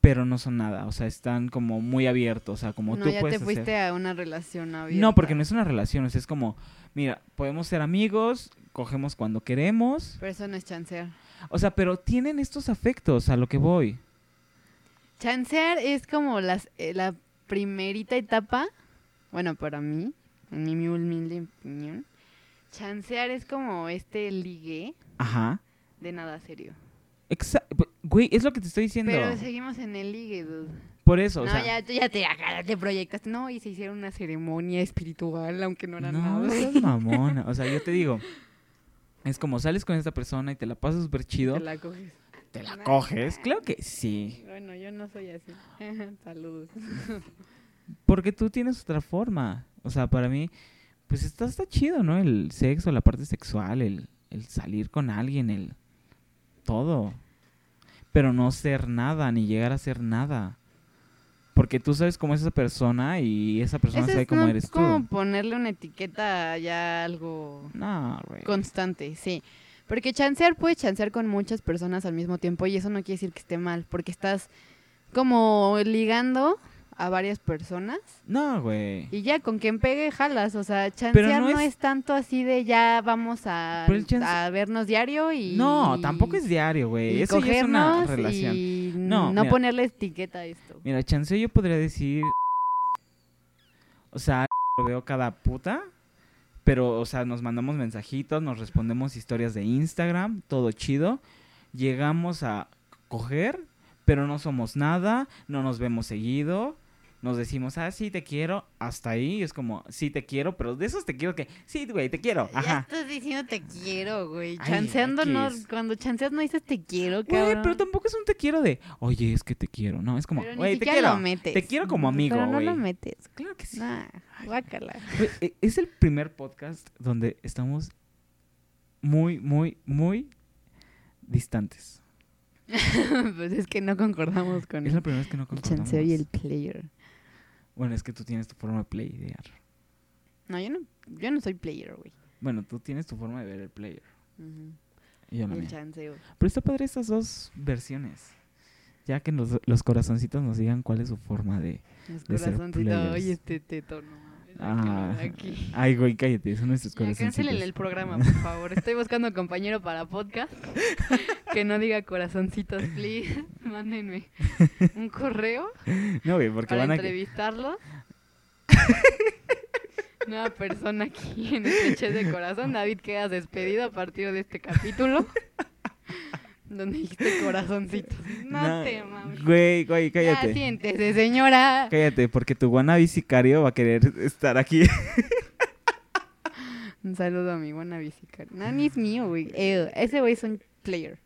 [SPEAKER 2] pero no son nada. O sea, están como muy abiertos. O sea, como
[SPEAKER 1] No,
[SPEAKER 2] tú
[SPEAKER 1] ya
[SPEAKER 2] puedes
[SPEAKER 1] te
[SPEAKER 2] hacer-
[SPEAKER 1] fuiste a una relación abierta.
[SPEAKER 2] No, porque no es una relación, o sea, es como, mira, podemos ser amigos, cogemos cuando queremos,
[SPEAKER 1] Pero eso no es chancear.
[SPEAKER 2] o sea, pero tienen estos afectos a lo que voy.
[SPEAKER 1] Chancear es como las, eh, la primerita etapa, bueno, para mí, en mi humilde opinión, chancear es como este ligue
[SPEAKER 2] Ajá.
[SPEAKER 1] de nada serio.
[SPEAKER 2] Exa- pu- güey, es lo que te estoy diciendo.
[SPEAKER 1] Pero seguimos en el ligue, dude.
[SPEAKER 2] Por eso, o
[SPEAKER 1] no,
[SPEAKER 2] sea,
[SPEAKER 1] ya, tú ya te, acá te proyectaste. No, y se hicieron una ceremonia espiritual, aunque no era
[SPEAKER 2] no,
[SPEAKER 1] nada.
[SPEAKER 2] seas mamona, o sea, yo te digo, es como sales con esta persona y te la pasas súper chido,
[SPEAKER 1] Te la coges.
[SPEAKER 2] te la
[SPEAKER 1] Nah.
[SPEAKER 2] coges, claro que sí,
[SPEAKER 1] Bueno, yo no soy así. Saludos.
[SPEAKER 2] Pues porque tú tienes otra forma, o sea, para mí, pues está, está chido, ¿no? El sexo, la parte sexual, el, el salir con alguien, el todo. Pero no ser nada, ni llegar a ser nada. Porque tú sabes cómo es esa persona y esa persona
[SPEAKER 1] Eso
[SPEAKER 2] sabe
[SPEAKER 1] es
[SPEAKER 2] cómo
[SPEAKER 1] no-
[SPEAKER 2] eres tú.
[SPEAKER 1] como ponerle una etiqueta ya algo
[SPEAKER 2] No, güey.
[SPEAKER 1] constante, sí. Porque chancear puedes chancear con muchas personas al mismo tiempo y eso no quiere decir que esté mal, porque estás como ligando a varias personas
[SPEAKER 2] No, güey.
[SPEAKER 1] y ya con quien pegue jalas, o sea, chancear
[SPEAKER 2] no
[SPEAKER 1] no,
[SPEAKER 2] es-
[SPEAKER 1] es... tanto así de ya vamos a,
[SPEAKER 2] Pero el chance-
[SPEAKER 1] a vernos diario y
[SPEAKER 2] No, tampoco es diario, güey.
[SPEAKER 1] y
[SPEAKER 2] Eso ya es una
[SPEAKER 1] cogernos
[SPEAKER 2] relación.
[SPEAKER 1] y
[SPEAKER 2] No,
[SPEAKER 1] no,
[SPEAKER 2] mira.
[SPEAKER 1] ponerle etiqueta a esto.
[SPEAKER 2] Mira, chance yo podría decir. O sea, lo veo cada puta. Pero, o sea, nos mandamos mensajitos, nos respondemos historias de Instagram, todo chido. Llegamos a coger, pero no somos nada, no nos vemos seguido. Nos decimos, ah, sí, te quiero, hasta ahí. y es como, sí, te quiero, pero de esos te quiero que, sí, güey, te quiero.
[SPEAKER 1] Ya
[SPEAKER 2] Ajá.
[SPEAKER 1] estás diciendo te quiero, güey.
[SPEAKER 2] Ay,
[SPEAKER 1] Chanceando no,
[SPEAKER 2] X.
[SPEAKER 1] cuando chanceas no dices te quiero,
[SPEAKER 2] Güey,
[SPEAKER 1] cabrón.
[SPEAKER 2] pero tampoco es un te quiero de, oye, es que te quiero. No, es como,
[SPEAKER 1] Pero ni
[SPEAKER 2] güey, te
[SPEAKER 1] siquiera
[SPEAKER 2] quiero.
[SPEAKER 1] lo metes.
[SPEAKER 2] Te quiero como amigo,
[SPEAKER 1] Pero no lo
[SPEAKER 2] güey.
[SPEAKER 1] metes.
[SPEAKER 2] Claro que sí.
[SPEAKER 1] Nah, guácala.
[SPEAKER 2] Güey, e- Es el primer podcast donde estamos muy, muy, muy distantes.
[SPEAKER 1] pues es que no concordamos con
[SPEAKER 2] Es la primera vez que no
[SPEAKER 1] el
[SPEAKER 2] concordamos.
[SPEAKER 1] chanceo y el player.
[SPEAKER 2] Bueno, es que tú tienes tu forma de playear.
[SPEAKER 1] No, yo no, yo no soy player, güey.
[SPEAKER 2] Bueno, tú tienes tu forma de ver el player.
[SPEAKER 1] Ujú.
[SPEAKER 2] Y yo la
[SPEAKER 1] El
[SPEAKER 2] mía.
[SPEAKER 1] chanceo.
[SPEAKER 2] Pero está padre estas dos versiones. Ya que los, los corazoncitos nos digan cuál es su forma de...
[SPEAKER 1] Los
[SPEAKER 2] De ser
[SPEAKER 1] corazoncitos. Oye,
[SPEAKER 2] players.
[SPEAKER 1] este teto, no mames,
[SPEAKER 2] Ah,
[SPEAKER 1] aquí, aquí.
[SPEAKER 2] Ay, güey, cállate. Son nuestros
[SPEAKER 1] Ya,
[SPEAKER 2] corazoncitos.
[SPEAKER 1] cancelen el programa, por favor. Estoy buscando compañero para podcast que no diga corazoncitos, please. Mándenme un correo
[SPEAKER 2] No, güey, porque
[SPEAKER 1] para
[SPEAKER 2] van a... que-
[SPEAKER 1] entrevistarlo. Nueva persona aquí en Estreches de Corazón. David, quedas despedido a partir de este capítulo. Donde dijiste corazoncitos. No,
[SPEAKER 2] No,
[SPEAKER 1] te mames.
[SPEAKER 2] Güey, güey,
[SPEAKER 1] Ya,
[SPEAKER 2] cállate.
[SPEAKER 1] siéntese, señora.
[SPEAKER 2] Cállate, porque tu wannabe sicario va a querer estar aquí.
[SPEAKER 1] Un saludo a mi buena bicicleta. No, ni es mío, güey. Ew, ese güey es un player.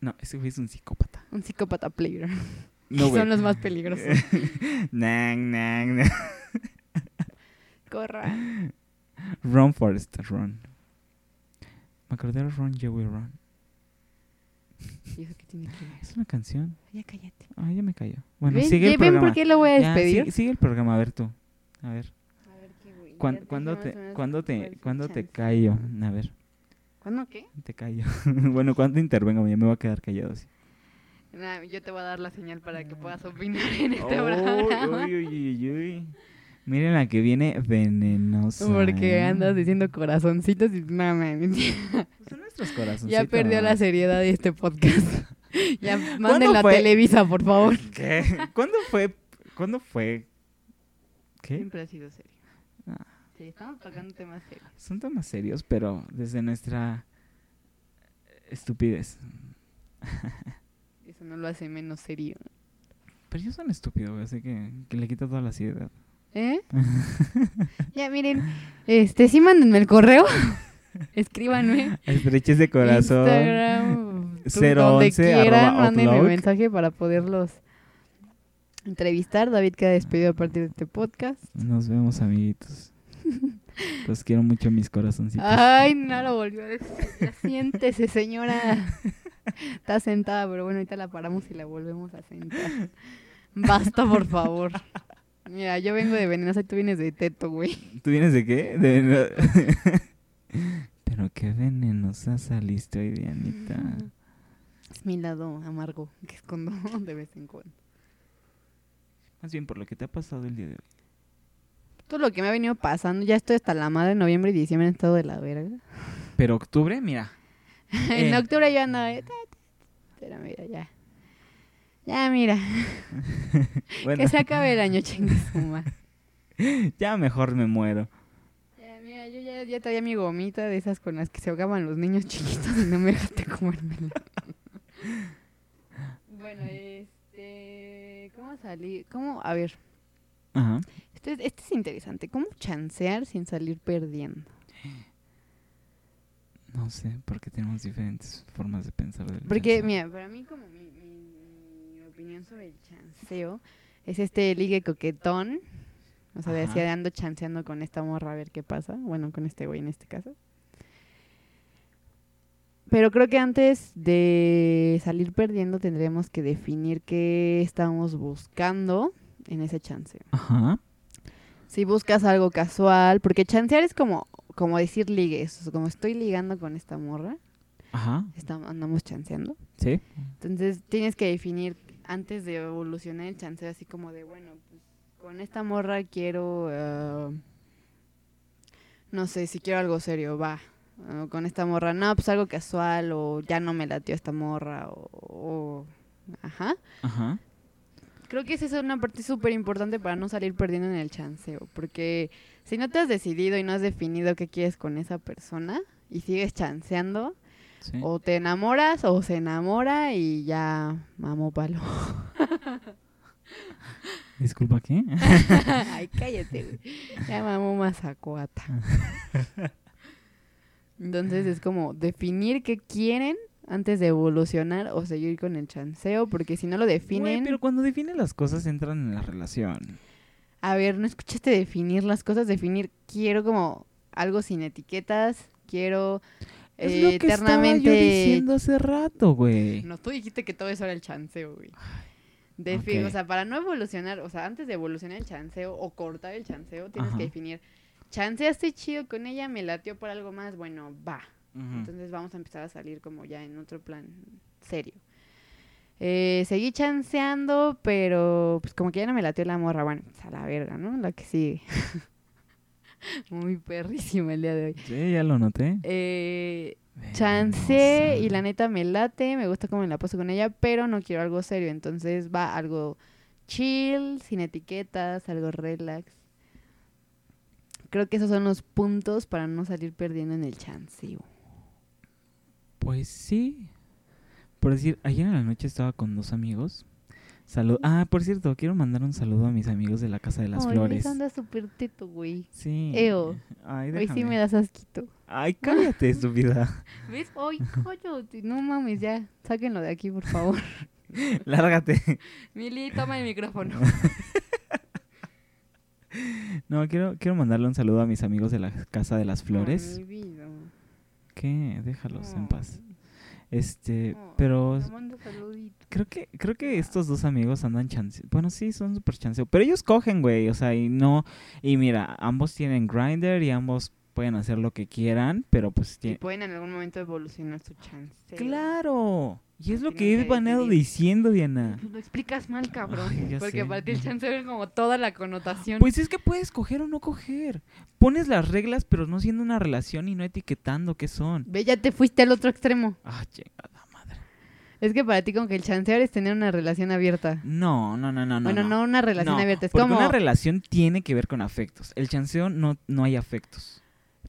[SPEAKER 2] No, ese güey es un psicópata.
[SPEAKER 1] Un psicópata player.
[SPEAKER 2] No, güey.
[SPEAKER 1] Son los más peligrosos.
[SPEAKER 2] Nang, nang, nang.
[SPEAKER 1] Corra.
[SPEAKER 2] Run, Forrest, run. Me acordé de Run, Joey, run.
[SPEAKER 1] ¿Y eso qué tiene que ver?
[SPEAKER 2] Es una canción.
[SPEAKER 1] Ya cállate.
[SPEAKER 2] Ah, ya me cayó. Bueno,
[SPEAKER 1] ¿Ven?
[SPEAKER 2] sigue el
[SPEAKER 1] ¿Ya ven
[SPEAKER 2] programa.
[SPEAKER 1] por qué lo voy a
[SPEAKER 2] Ya,
[SPEAKER 1] despedir?
[SPEAKER 2] sigue, sigue el programa, a ver tú. A ver.
[SPEAKER 1] A ver qué güey.
[SPEAKER 2] ¿Cuán- ¿Cuándo te, cuándo te, cuándo te callo? A ver.
[SPEAKER 1] ¿Cuándo qué?
[SPEAKER 2] Te callo. bueno, cuando intervenga, ya me voy a quedar callado así.
[SPEAKER 1] Nah, yo te voy a dar la señal para que puedas opinar en este programa.
[SPEAKER 2] Uy, uy, uy, uy. Miren la que viene venenosa.
[SPEAKER 1] Porque
[SPEAKER 2] ¿eh?
[SPEAKER 1] andas diciendo corazoncitos y nada, mames.
[SPEAKER 2] Son Pues nuestros corazoncitos.
[SPEAKER 1] Ya perdió la seriedad de este podcast. ya manden la
[SPEAKER 2] fue?
[SPEAKER 1] Televisa, por favor.
[SPEAKER 2] ¿Qué? ¿Cuándo fue? ¿Cuándo fue? ¿Qué?
[SPEAKER 1] Siempre ha sido serio.
[SPEAKER 2] Ah.
[SPEAKER 1] Sí, estamos tocando temas serios.
[SPEAKER 2] Son temas serios, pero desde nuestra estupidez.
[SPEAKER 1] Eso no lo hace menos serio.
[SPEAKER 2] Pero yo soy un estúpido, güey, así que, que le quita toda la seriedad.
[SPEAKER 1] ¿Eh? ya, miren. Este, sí, mándenme el correo. Escríbanme.
[SPEAKER 2] Estreches de corazón.
[SPEAKER 1] Instagram. tú,
[SPEAKER 2] 011
[SPEAKER 1] donde quieran,
[SPEAKER 2] arroba
[SPEAKER 1] mándenme
[SPEAKER 2] Outlook.
[SPEAKER 1] mensaje para poderlos entrevistar. David queda despedido a partir de este podcast.
[SPEAKER 2] Nos vemos, amiguitos. Los quiero mucho, mis corazoncitos.
[SPEAKER 1] Ay, no lo volvió a decir. Ya siéntese, señora. Está sentada, pero bueno, ahorita la paramos y la volvemos a sentar. Basta, por favor. Mira, yo vengo de venenosa y tú vienes de teto, güey.
[SPEAKER 2] ¿Tú vienes de qué? De veneno. Pero qué venenosa saliste hoy, Dianita.
[SPEAKER 1] Mm. Es mi lado amargo que escondo de vez en cuando.
[SPEAKER 2] Más bien por lo que te ha pasado el día de hoy.
[SPEAKER 1] Todo lo que me ha venido pasando, ya estoy hasta la madre. En noviembre y diciembre han estado de la verga.
[SPEAKER 2] Pero octubre, mira.
[SPEAKER 1] En
[SPEAKER 2] Eh.
[SPEAKER 1] octubre yo andaba. de ta, ta, ta. Pero mira, ya. Ya, mira.
[SPEAKER 2] Bueno,
[SPEAKER 1] Que se acabe el año, chingue su madre.
[SPEAKER 2] ya mejor me muero.
[SPEAKER 1] Ya, mira, yo ya, ya traía mi gomita de esas con las que se ahogaban los niños chiquitos y no me dejaste comérmela. bueno, este... ¿Cómo salir? ¿Cómo? A ver,
[SPEAKER 2] Ajá.
[SPEAKER 1] esto es, esto es interesante. ¿Cómo chancear sin salir perdiendo?
[SPEAKER 2] No sé, porque tenemos diferentes formas de pensar del
[SPEAKER 1] Porque,
[SPEAKER 2] chance.
[SPEAKER 1] mira, para mí como mi, mi- mi opinión sobre el chanceo es este ligue coquetón. O sea,
[SPEAKER 2] Ajá.
[SPEAKER 1] decía, ando chanceando con esta morra a ver qué pasa. Bueno, con este güey en este caso. Pero creo que antes de salir perdiendo tendríamos que definir qué estamos buscando en ese chanceo.
[SPEAKER 2] Ajá.
[SPEAKER 1] Si buscas algo casual, porque chancear es como, como decir ligue, es como estoy ligando con esta morra,
[SPEAKER 2] Ajá.
[SPEAKER 1] estamos, andamos chanceando.
[SPEAKER 2] Sí.
[SPEAKER 1] Entonces tienes que definir antes de evolucionar el chanceo, así como de, bueno, pues, con esta morra quiero, eh, no sé, si quiero algo serio, va. O con esta morra, no, pues algo casual, o ya no me latió esta morra, o... o- ajá.
[SPEAKER 2] Ajá.
[SPEAKER 1] Creo que esa es una parte súper importante para no salir perdiendo en el chanceo, porque si no te has decidido y no has definido qué quieres con esa persona y sigues chanceando,
[SPEAKER 2] Sí.
[SPEAKER 1] o te enamoras o se enamora y ya mamó palo.
[SPEAKER 2] Disculpa, ¿qué?
[SPEAKER 1] Ay, cállate, güey. Ya mamó mazacuata. Entonces es como definir qué quieren antes de evolucionar o seguir con el chanceo, porque si no lo
[SPEAKER 2] Güey,
[SPEAKER 1] definen...
[SPEAKER 2] pero cuando definen las cosas entran en la relación.
[SPEAKER 1] A ver, ¿no escuchaste definir las cosas? Definir, quiero como algo sin etiquetas, quiero
[SPEAKER 2] Es
[SPEAKER 1] eh,
[SPEAKER 2] lo que
[SPEAKER 1] eternamente...
[SPEAKER 2] estaba yo diciendo hace rato, güey.
[SPEAKER 1] No, tú dijiste que todo eso era el chanceo, güey.
[SPEAKER 2] ok.
[SPEAKER 1] Defi- O sea, para no evolucionar, o sea, antes de evolucionar el chanceo o cortar el chanceo, tienes
[SPEAKER 2] Ajá.
[SPEAKER 1] que definir, chanceaste chido con ella, me latió por algo más, bueno, va.
[SPEAKER 2] Ujú.
[SPEAKER 1] Entonces vamos a empezar a salir como ya en otro plan serio. Eh, seguí chanceando, pero pues como que ya no me latió la morra, bueno, pues, a la verga, ¿no? La que sigue. Muy perrísimo el día de hoy.
[SPEAKER 2] Sí, ya lo noté.
[SPEAKER 1] Eh,
[SPEAKER 2] Venenosa.
[SPEAKER 1] chance y la neta me late, me gusta cómo me la paso con ella, pero no quiero algo serio, entonces va algo chill, sin etiquetas, algo relax. Creo que esos son los puntos para no salir perdiendo en el chanceo.
[SPEAKER 2] Pues sí. Por decir, ayer en la noche estaba con dos amigos. Salud. Ah, por cierto, quiero mandar un saludo a mis amigos de la Casa de las
[SPEAKER 1] Ay,
[SPEAKER 2] Flores.
[SPEAKER 1] Luis, anda súper teto, güey.
[SPEAKER 2] Sí.
[SPEAKER 1] Eo.
[SPEAKER 2] Ay,
[SPEAKER 1] Hoy sí
[SPEAKER 2] déjame.
[SPEAKER 1] me das asquito.
[SPEAKER 2] Ay, cállate, estúpida.
[SPEAKER 1] ¿Ves? Hoy, coño, no mames, ya, sáquenlo de aquí, por favor.
[SPEAKER 2] Lárgate.
[SPEAKER 1] Mili, toma el micrófono.
[SPEAKER 2] No, quiero, quiero mandarle un saludo a mis amigos de la Casa de las Flores.
[SPEAKER 1] Ay, mi vida.
[SPEAKER 2] ¿Qué? Déjalos en paz.
[SPEAKER 1] Ay,
[SPEAKER 2] Este,
[SPEAKER 1] Ay,
[SPEAKER 2] pero
[SPEAKER 1] te mando saluditos.
[SPEAKER 2] creo que creo que estos dos amigos andan chance. Bueno, sí, son súper chanceo. Pero ellos cogen, güey. O sea, y no. Y mira, ambos tienen grinder y ambos pueden hacer lo que quieran, pero pues
[SPEAKER 1] Y
[SPEAKER 2] tie-
[SPEAKER 1] pueden en algún momento evolucionar su chance.
[SPEAKER 2] ¡Claro! Y es lo
[SPEAKER 1] Tienen
[SPEAKER 2] que he
[SPEAKER 1] que
[SPEAKER 2] venido
[SPEAKER 1] decidir.
[SPEAKER 2] diciendo, Diana.
[SPEAKER 1] Pues Lo explicas mal, cabrón.
[SPEAKER 2] Ay, ya
[SPEAKER 1] porque
[SPEAKER 2] sé.
[SPEAKER 1] para ti el chance es como toda la connotación.
[SPEAKER 2] Pues es que puedes coger o no coger. Pones las reglas, pero no siendo una relación y no etiquetando qué son.
[SPEAKER 1] Ve, ya te fuiste al otro extremo.
[SPEAKER 2] Ah, chingada madre.
[SPEAKER 1] Es que para ti como que el chancear es tener una relación abierta.
[SPEAKER 2] No, no, no, no, no.
[SPEAKER 1] bueno, no, una relación
[SPEAKER 2] No,
[SPEAKER 1] abierta. Es
[SPEAKER 2] porque
[SPEAKER 1] como...
[SPEAKER 2] una relación tiene que ver con afectos. El chanceo no, no hay afectos.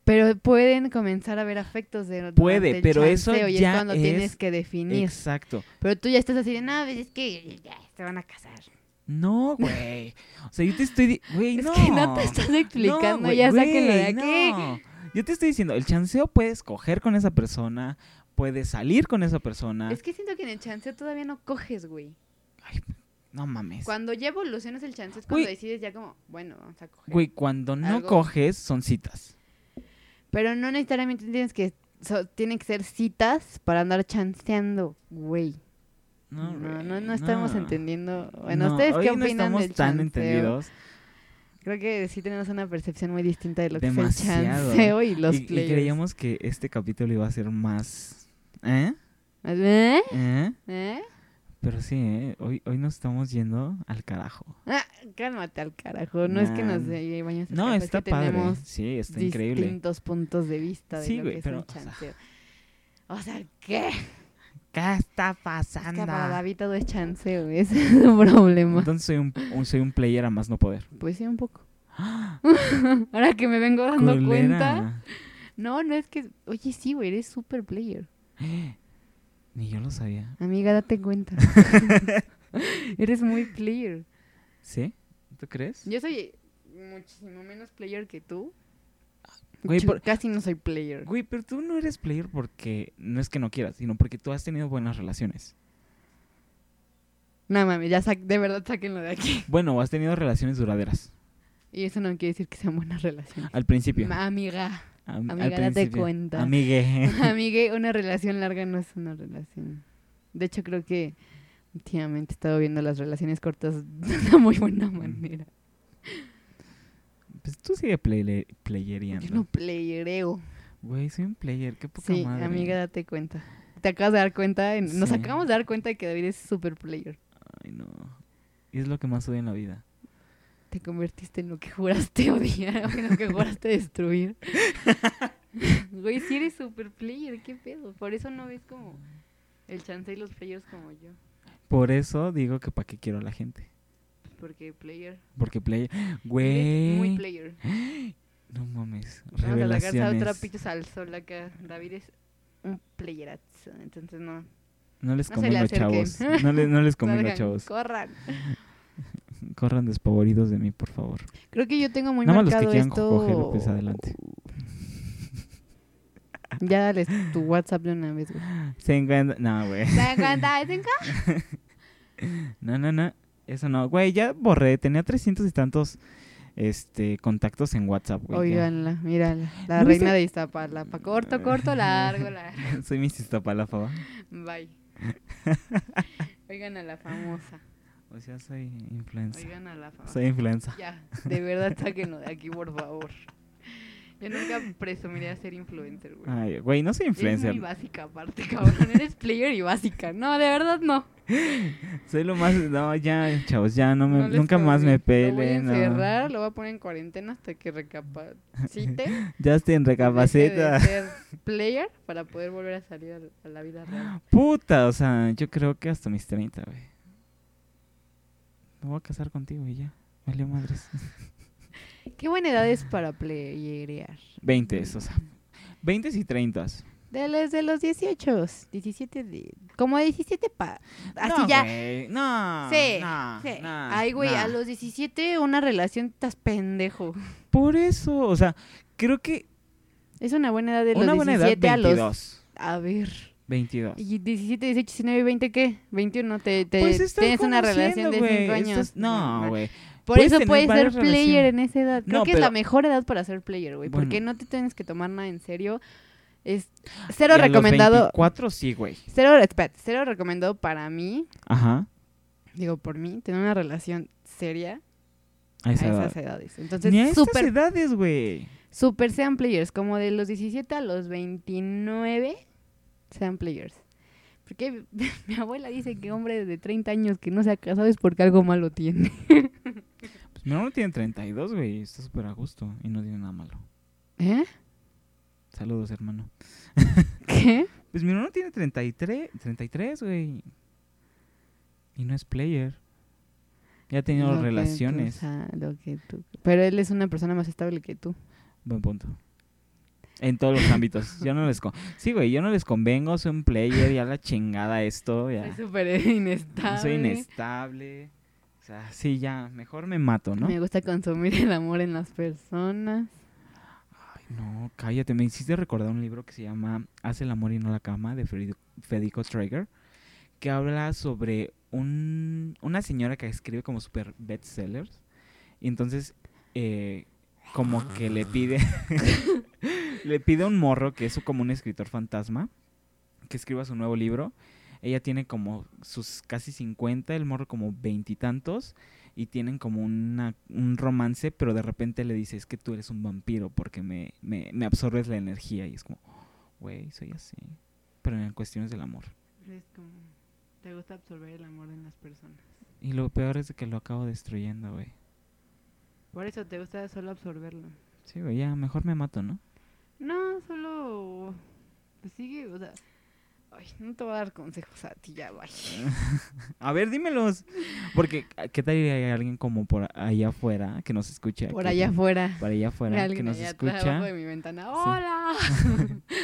[SPEAKER 1] Pero pueden comenzar a haber afectos de durante
[SPEAKER 2] Puede,
[SPEAKER 1] el
[SPEAKER 2] pero eso
[SPEAKER 1] chanceo y
[SPEAKER 2] ya
[SPEAKER 1] es cuando
[SPEAKER 2] es
[SPEAKER 1] tienes que definir.
[SPEAKER 2] Exacto.
[SPEAKER 1] Pero tú ya estás así de nada, es que ya se van a casar.
[SPEAKER 2] No, güey. O sea, yo te estoy... di- Güey, no.
[SPEAKER 1] Es que no te estás explicando,
[SPEAKER 2] No, güey,
[SPEAKER 1] ya sáquenlo de
[SPEAKER 2] güey,
[SPEAKER 1] aquí.
[SPEAKER 2] no. Yo te estoy diciendo, el chanceo puedes coger con esa persona, puedes salir con esa persona.
[SPEAKER 1] Es que siento que en el chanceo todavía no coges, güey.
[SPEAKER 2] No mames.
[SPEAKER 1] Cuando ya evolucionas el chanceo es cuando
[SPEAKER 2] Güey.
[SPEAKER 1] decides ya como, bueno, vamos a coger.
[SPEAKER 2] Güey, cuando no
[SPEAKER 1] Algo-
[SPEAKER 2] coges, son citas.
[SPEAKER 1] Pero no necesariamente tienes que, so- tienen que ser citas para andar chanceando, güey. No, no,
[SPEAKER 2] güey,
[SPEAKER 1] no, estamos
[SPEAKER 2] no.
[SPEAKER 1] entendiendo. Bueno,
[SPEAKER 2] No,
[SPEAKER 1] ¿ustedes
[SPEAKER 2] hoy
[SPEAKER 1] qué
[SPEAKER 2] no
[SPEAKER 1] opinan
[SPEAKER 2] estamos
[SPEAKER 1] del
[SPEAKER 2] tan
[SPEAKER 1] chanceo?
[SPEAKER 2] entendidos.
[SPEAKER 1] Creo que sí tenemos una percepción muy distinta de lo que es el
[SPEAKER 2] Demasiado.
[SPEAKER 1] chanceo y los
[SPEAKER 2] y, y
[SPEAKER 1] players.
[SPEAKER 2] creíamos que este capítulo iba a ser más... ¿Eh?
[SPEAKER 1] ¿Eh?
[SPEAKER 2] ¿Eh?
[SPEAKER 1] ¿Eh?
[SPEAKER 2] Pero sí, ¿eh? hoy, hoy nos estamos yendo al carajo.
[SPEAKER 1] Ah, cálmate al carajo. No es que
[SPEAKER 2] Nah.
[SPEAKER 1] nos eh, vayamos a
[SPEAKER 2] No,
[SPEAKER 1] escapar, es
[SPEAKER 2] está
[SPEAKER 1] que
[SPEAKER 2] padre.
[SPEAKER 1] Tenemos
[SPEAKER 2] Sí, está increíble.
[SPEAKER 1] distintos puntos de vista de
[SPEAKER 2] Sí,
[SPEAKER 1] lo
[SPEAKER 2] güey,
[SPEAKER 1] que es
[SPEAKER 2] pero,
[SPEAKER 1] un
[SPEAKER 2] o sea,
[SPEAKER 1] chanceo. O sea, ¿qué?
[SPEAKER 2] ¿Qué está
[SPEAKER 1] Es que para
[SPEAKER 2] pasando?
[SPEAKER 1] David todo es chanceo, ese es su problema.
[SPEAKER 2] Entonces soy un, un- soy un player a más no poder.
[SPEAKER 1] Pues sí, un poco.
[SPEAKER 2] ¡Ah!
[SPEAKER 1] Ahora que me vengo dando cuenta.
[SPEAKER 2] Culera.
[SPEAKER 1] No, no es que. Oye, sí, güey, eres super player.
[SPEAKER 2] Ni yo lo sabía.
[SPEAKER 1] Amiga, date cuenta. eres muy player.
[SPEAKER 2] ¿Sí? ¿Tú crees?
[SPEAKER 1] Yo soy muchísimo menos player que tú.
[SPEAKER 2] Güey,
[SPEAKER 1] Yo
[SPEAKER 2] por-
[SPEAKER 1] Casi no soy player.
[SPEAKER 2] Güey, pero tú no eres player porque no es que no quieras, sino porque tú has tenido buenas relaciones.
[SPEAKER 1] No mames, ya sa- de verdad sáquenlo de aquí.
[SPEAKER 2] Bueno, o has tenido relaciones duraderas.
[SPEAKER 1] Y eso no quiere decir que sean buenas relaciones.
[SPEAKER 2] Al principio.
[SPEAKER 1] Ma- Amiga,
[SPEAKER 2] Am-
[SPEAKER 1] amiga, date cuenta.
[SPEAKER 2] Amigue.
[SPEAKER 1] amigue, una relación larga no es una relación. De hecho, creo que últimamente he estado viendo las relaciones cortas de una muy buena
[SPEAKER 2] Mm.
[SPEAKER 1] manera.
[SPEAKER 2] Pues tú sigue player,
[SPEAKER 1] Yo no
[SPEAKER 2] playeriando.
[SPEAKER 1] playereo.
[SPEAKER 2] Güey, soy un player. Qué poca
[SPEAKER 1] Sí,
[SPEAKER 2] madre.
[SPEAKER 1] amiga, date cuenta. Te acabas de dar cuenta, en- nos
[SPEAKER 2] Sí.
[SPEAKER 1] acabamos de dar cuenta de que David es super player.
[SPEAKER 2] Ay, no. Y es lo que más odio en la vida.
[SPEAKER 1] Te convertiste en lo que juraste odiar, en lo que juraste destruir. Güey, si eres super player, qué pedo. Por eso no ves como el chance y los players como yo.
[SPEAKER 2] Por eso digo que para qué quiero a la gente.
[SPEAKER 1] Porque player.
[SPEAKER 2] Porque player.
[SPEAKER 1] eres
[SPEAKER 2] Güey.
[SPEAKER 1] Muy player.
[SPEAKER 2] No mames.
[SPEAKER 1] Vamos a sacarse a
[SPEAKER 2] Revelaciones.
[SPEAKER 1] otra pichos al sol acá. David es un playerazo. Entonces no.
[SPEAKER 2] No les
[SPEAKER 1] No se
[SPEAKER 2] comen
[SPEAKER 1] le
[SPEAKER 2] los chavos.
[SPEAKER 1] acerquen.
[SPEAKER 2] No, le- no les comen los
[SPEAKER 1] Salgan,
[SPEAKER 2] chavos.
[SPEAKER 1] corran.
[SPEAKER 2] Corran despavoridos de mí, por favor.
[SPEAKER 1] Creo que yo tengo muy
[SPEAKER 2] Nada más los que
[SPEAKER 1] marcado
[SPEAKER 2] quieran
[SPEAKER 1] esto.
[SPEAKER 2] coger, pues adelante.
[SPEAKER 1] Ya dale tu WhatsApp de una vez, güey.
[SPEAKER 2] Se encuentra. No, güey. No, no, no. Eso no. Güey, ya borré. Tenía 300 y tantos este, contactos en WhatsApp, güey.
[SPEAKER 1] Oiganla, mírala. La
[SPEAKER 2] ¿No viste?
[SPEAKER 1] reina de Iztapalapa. Corto, corto, largo, largo.
[SPEAKER 2] ya. Soy Miss Iztapalapa. ¿va?
[SPEAKER 1] Bye. Oigan a la famosa.
[SPEAKER 2] O sea, soy influenza.
[SPEAKER 1] Oigan a la famosa.
[SPEAKER 2] Soy influenza.
[SPEAKER 1] Ya, de verdad, sáquenlo de aquí, por favor. Yo nunca presumiría ser influencer, güey.
[SPEAKER 2] Ay, güey, no soy
[SPEAKER 1] Eres muy
[SPEAKER 2] Ah, influencer.
[SPEAKER 1] básica aparte, cabrón. Eres player y básica. No, de verdad no.
[SPEAKER 2] Soy lo más. No, ya, chavos, ya. No me,
[SPEAKER 1] No les
[SPEAKER 2] nunca más me
[SPEAKER 1] conviene. Lo voy a
[SPEAKER 2] pelen. no.
[SPEAKER 1] encerrar, lo voy a poner en cuarentena hasta que recapacite.
[SPEAKER 2] Justin,
[SPEAKER 1] deje de
[SPEAKER 2] recapacita.
[SPEAKER 1] ser player para poder volver a salir al- a la vida real.
[SPEAKER 2] Puta, o sea, yo creo que hasta mis 30, güey. Me voy a casar contigo y ya. Valió madres.
[SPEAKER 1] ¿Qué buena edad es para playerear?
[SPEAKER 2] 20, o sea. 20 y 30.
[SPEAKER 1] De los, de los 18, 17, de- como de 17 para... Así
[SPEAKER 2] no,
[SPEAKER 1] ya.
[SPEAKER 2] güey, no.
[SPEAKER 1] Sí,
[SPEAKER 2] no,
[SPEAKER 1] sí.
[SPEAKER 2] no,
[SPEAKER 1] Ay, güey,
[SPEAKER 2] no.
[SPEAKER 1] a los 17 una relación estás pendejo.
[SPEAKER 2] Por eso, o sea, creo que
[SPEAKER 1] Es una buena edad de los
[SPEAKER 2] una buena edad
[SPEAKER 1] 17 a
[SPEAKER 2] 22.
[SPEAKER 1] los... A ver.
[SPEAKER 2] 22.
[SPEAKER 1] ¿Y 17, 18, 19, 20 qué? 21, te, te
[SPEAKER 2] Pues estás
[SPEAKER 1] tienes una
[SPEAKER 2] conociendo,
[SPEAKER 1] relación de
[SPEAKER 2] güey,
[SPEAKER 1] 5 años.
[SPEAKER 2] estás- no, güey.
[SPEAKER 1] Por
[SPEAKER 2] puedes
[SPEAKER 1] eso
[SPEAKER 2] tener
[SPEAKER 1] puedes ser
[SPEAKER 2] varias
[SPEAKER 1] player
[SPEAKER 2] relaciones.
[SPEAKER 1] en esa edad. Creo
[SPEAKER 2] No,
[SPEAKER 1] que es la
[SPEAKER 2] pero-
[SPEAKER 1] mejor edad para ser player, güey, porque
[SPEAKER 2] Bueno.
[SPEAKER 1] no te tienes que tomar nada en serio. Es cero
[SPEAKER 2] Y a los
[SPEAKER 1] recomendado.
[SPEAKER 2] 24 sí, güey.
[SPEAKER 1] Cero, espérate, cero recomendado para mí,
[SPEAKER 2] Ajá.
[SPEAKER 1] digo por mí, tener una relación seria
[SPEAKER 2] A esa
[SPEAKER 1] a
[SPEAKER 2] edad.
[SPEAKER 1] esas edades.
[SPEAKER 2] Ni a
[SPEAKER 1] Entonces,
[SPEAKER 2] estas
[SPEAKER 1] súper
[SPEAKER 2] edades, güey.
[SPEAKER 1] Super sean players, como de los 17 a los 29, sean players. Porque mi abuela dice que hombre de 30 años que no se ha casado es porque algo malo tiene.
[SPEAKER 2] Pues mi hermano tiene 32, güey. Está súper a gusto y no tiene nada malo.
[SPEAKER 1] ¿Eh?
[SPEAKER 2] Saludos, hermano.
[SPEAKER 1] ¿Qué?
[SPEAKER 2] Pues mi hermano tiene 33, 33, güey. Y no es player. Ya ha tenido
[SPEAKER 1] Lo que tú
[SPEAKER 2] relaciones.
[SPEAKER 1] sa- lo que tú- Pero él es una persona más estable que tú.
[SPEAKER 2] Buen punto. En todos los ámbitos. Yo no les con... Sí, güey, yo no les convengo, soy un player, ya la chingada esto, ya.
[SPEAKER 1] Soy súper inestable.
[SPEAKER 2] Soy inestable. O sea, sí, ya, mejor me mato, ¿no?
[SPEAKER 1] Me gusta consumir el amor en las personas.
[SPEAKER 2] Ay, no, cállate, me hiciste recordar un libro que se llama Hace el amor y no la cama de Fred- Federico Traeger, que habla sobre un, una señora que escribe como super bestsellers. Y entonces, eh, como que le pide, le pide a un morro que es como un escritor fantasma que escriba su nuevo libro. Ella tiene como sus casi 50, el morro como veintitantos y tienen como una- un romance, pero de repente le dice, es que tú eres un vampiro porque me, me, me absorbes la energía. Y es como, güey, soy así. Pero en cuestiones del amor.
[SPEAKER 1] te gusta absorber el amor en las personas.
[SPEAKER 2] Y lo peor es de que lo acabo destruyendo, güey.
[SPEAKER 1] Por eso te gusta solo absorberlo.
[SPEAKER 2] Sí, güey, ya, mejor me mato, ¿no?
[SPEAKER 1] No, solo pues sigue, o sea, ay, no te voy a dar consejos a ti ya, bye.
[SPEAKER 2] A ver, dímelos. Porque, ¿qué tal hay alguien como por allá afuera que nos escucha?
[SPEAKER 1] Por
[SPEAKER 2] Que-
[SPEAKER 1] allá afuera.
[SPEAKER 2] Por allá
[SPEAKER 1] Ve a
[SPEAKER 2] afuera que
[SPEAKER 1] alguien
[SPEAKER 2] nos
[SPEAKER 1] allá abajo
[SPEAKER 2] escucha.
[SPEAKER 1] de mi ventana. Hola.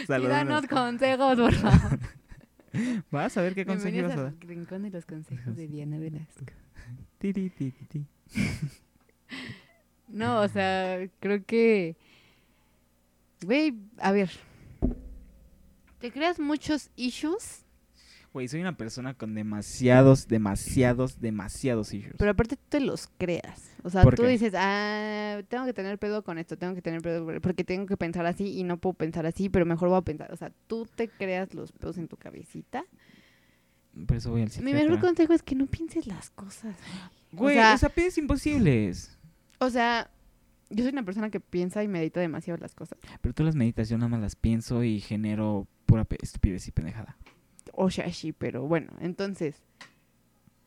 [SPEAKER 1] y
[SPEAKER 2] Salúdenos.
[SPEAKER 1] danos consejos, por favor.
[SPEAKER 2] Vas a ver qué consejo
[SPEAKER 1] Bienvenidos
[SPEAKER 2] vas a dar.
[SPEAKER 1] al rincón de los consejos de Diana Velasco.
[SPEAKER 2] Ti, ti, ti, ti, ti.
[SPEAKER 1] No, o sea, creo que. Güey, a ver. Te creas muchos issues,
[SPEAKER 2] Güey, soy una persona con demasiados, demasiados, demasiados issues.
[SPEAKER 1] pero aparte tú te los creas. O sea,
[SPEAKER 2] ¿Por
[SPEAKER 1] tú
[SPEAKER 2] qué?
[SPEAKER 1] dices, ah, tengo que tener pedo con esto, tengo que tener pedo con- porque tengo que pensar así y no puedo pensar así, pero mejor voy a pensar. O sea, tú te creas los pedos en tu cabecita.
[SPEAKER 2] Por eso voy al
[SPEAKER 1] Mi
[SPEAKER 2] psiquiatra.
[SPEAKER 1] mejor consejo es que no pienses las cosas.
[SPEAKER 2] Güey,
[SPEAKER 1] o sea-
[SPEAKER 2] esa pides imposibles.
[SPEAKER 1] O sea, yo soy una persona que piensa y medita demasiado las cosas.
[SPEAKER 2] Pero todas las meditaciones nada más las pienso y genero pura pe- estupidez y pendejada.
[SPEAKER 1] o Shashi, pero bueno, entonces.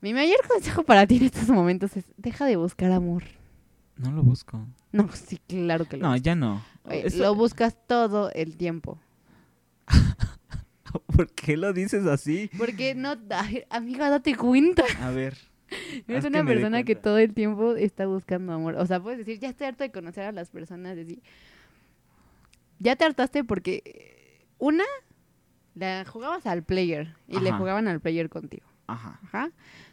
[SPEAKER 1] Mi mayor consejo para ti en estos momentos es deja de buscar amor.
[SPEAKER 2] No lo busco.
[SPEAKER 1] No, sí, claro que lo,
[SPEAKER 2] No, ya no.
[SPEAKER 1] Oye,
[SPEAKER 2] Eso-
[SPEAKER 1] lo buscas todo el tiempo.
[SPEAKER 2] ¿Por qué lo dices así?
[SPEAKER 1] Porque no, ay, amiga, date cuenta.
[SPEAKER 2] A ver.
[SPEAKER 1] Eres
[SPEAKER 2] haz
[SPEAKER 1] una
[SPEAKER 2] me dé
[SPEAKER 1] persona que
[SPEAKER 2] cuenta.
[SPEAKER 1] todo el tiempo está buscando amor. O sea, puedes decir, ya estoy harto de conocer a las personas, decir, ya te hartaste porque eh, una la jugabas al player y le
[SPEAKER 2] Ajá.
[SPEAKER 1] jugaban al player contigo.
[SPEAKER 2] Ajá.
[SPEAKER 1] Ajá.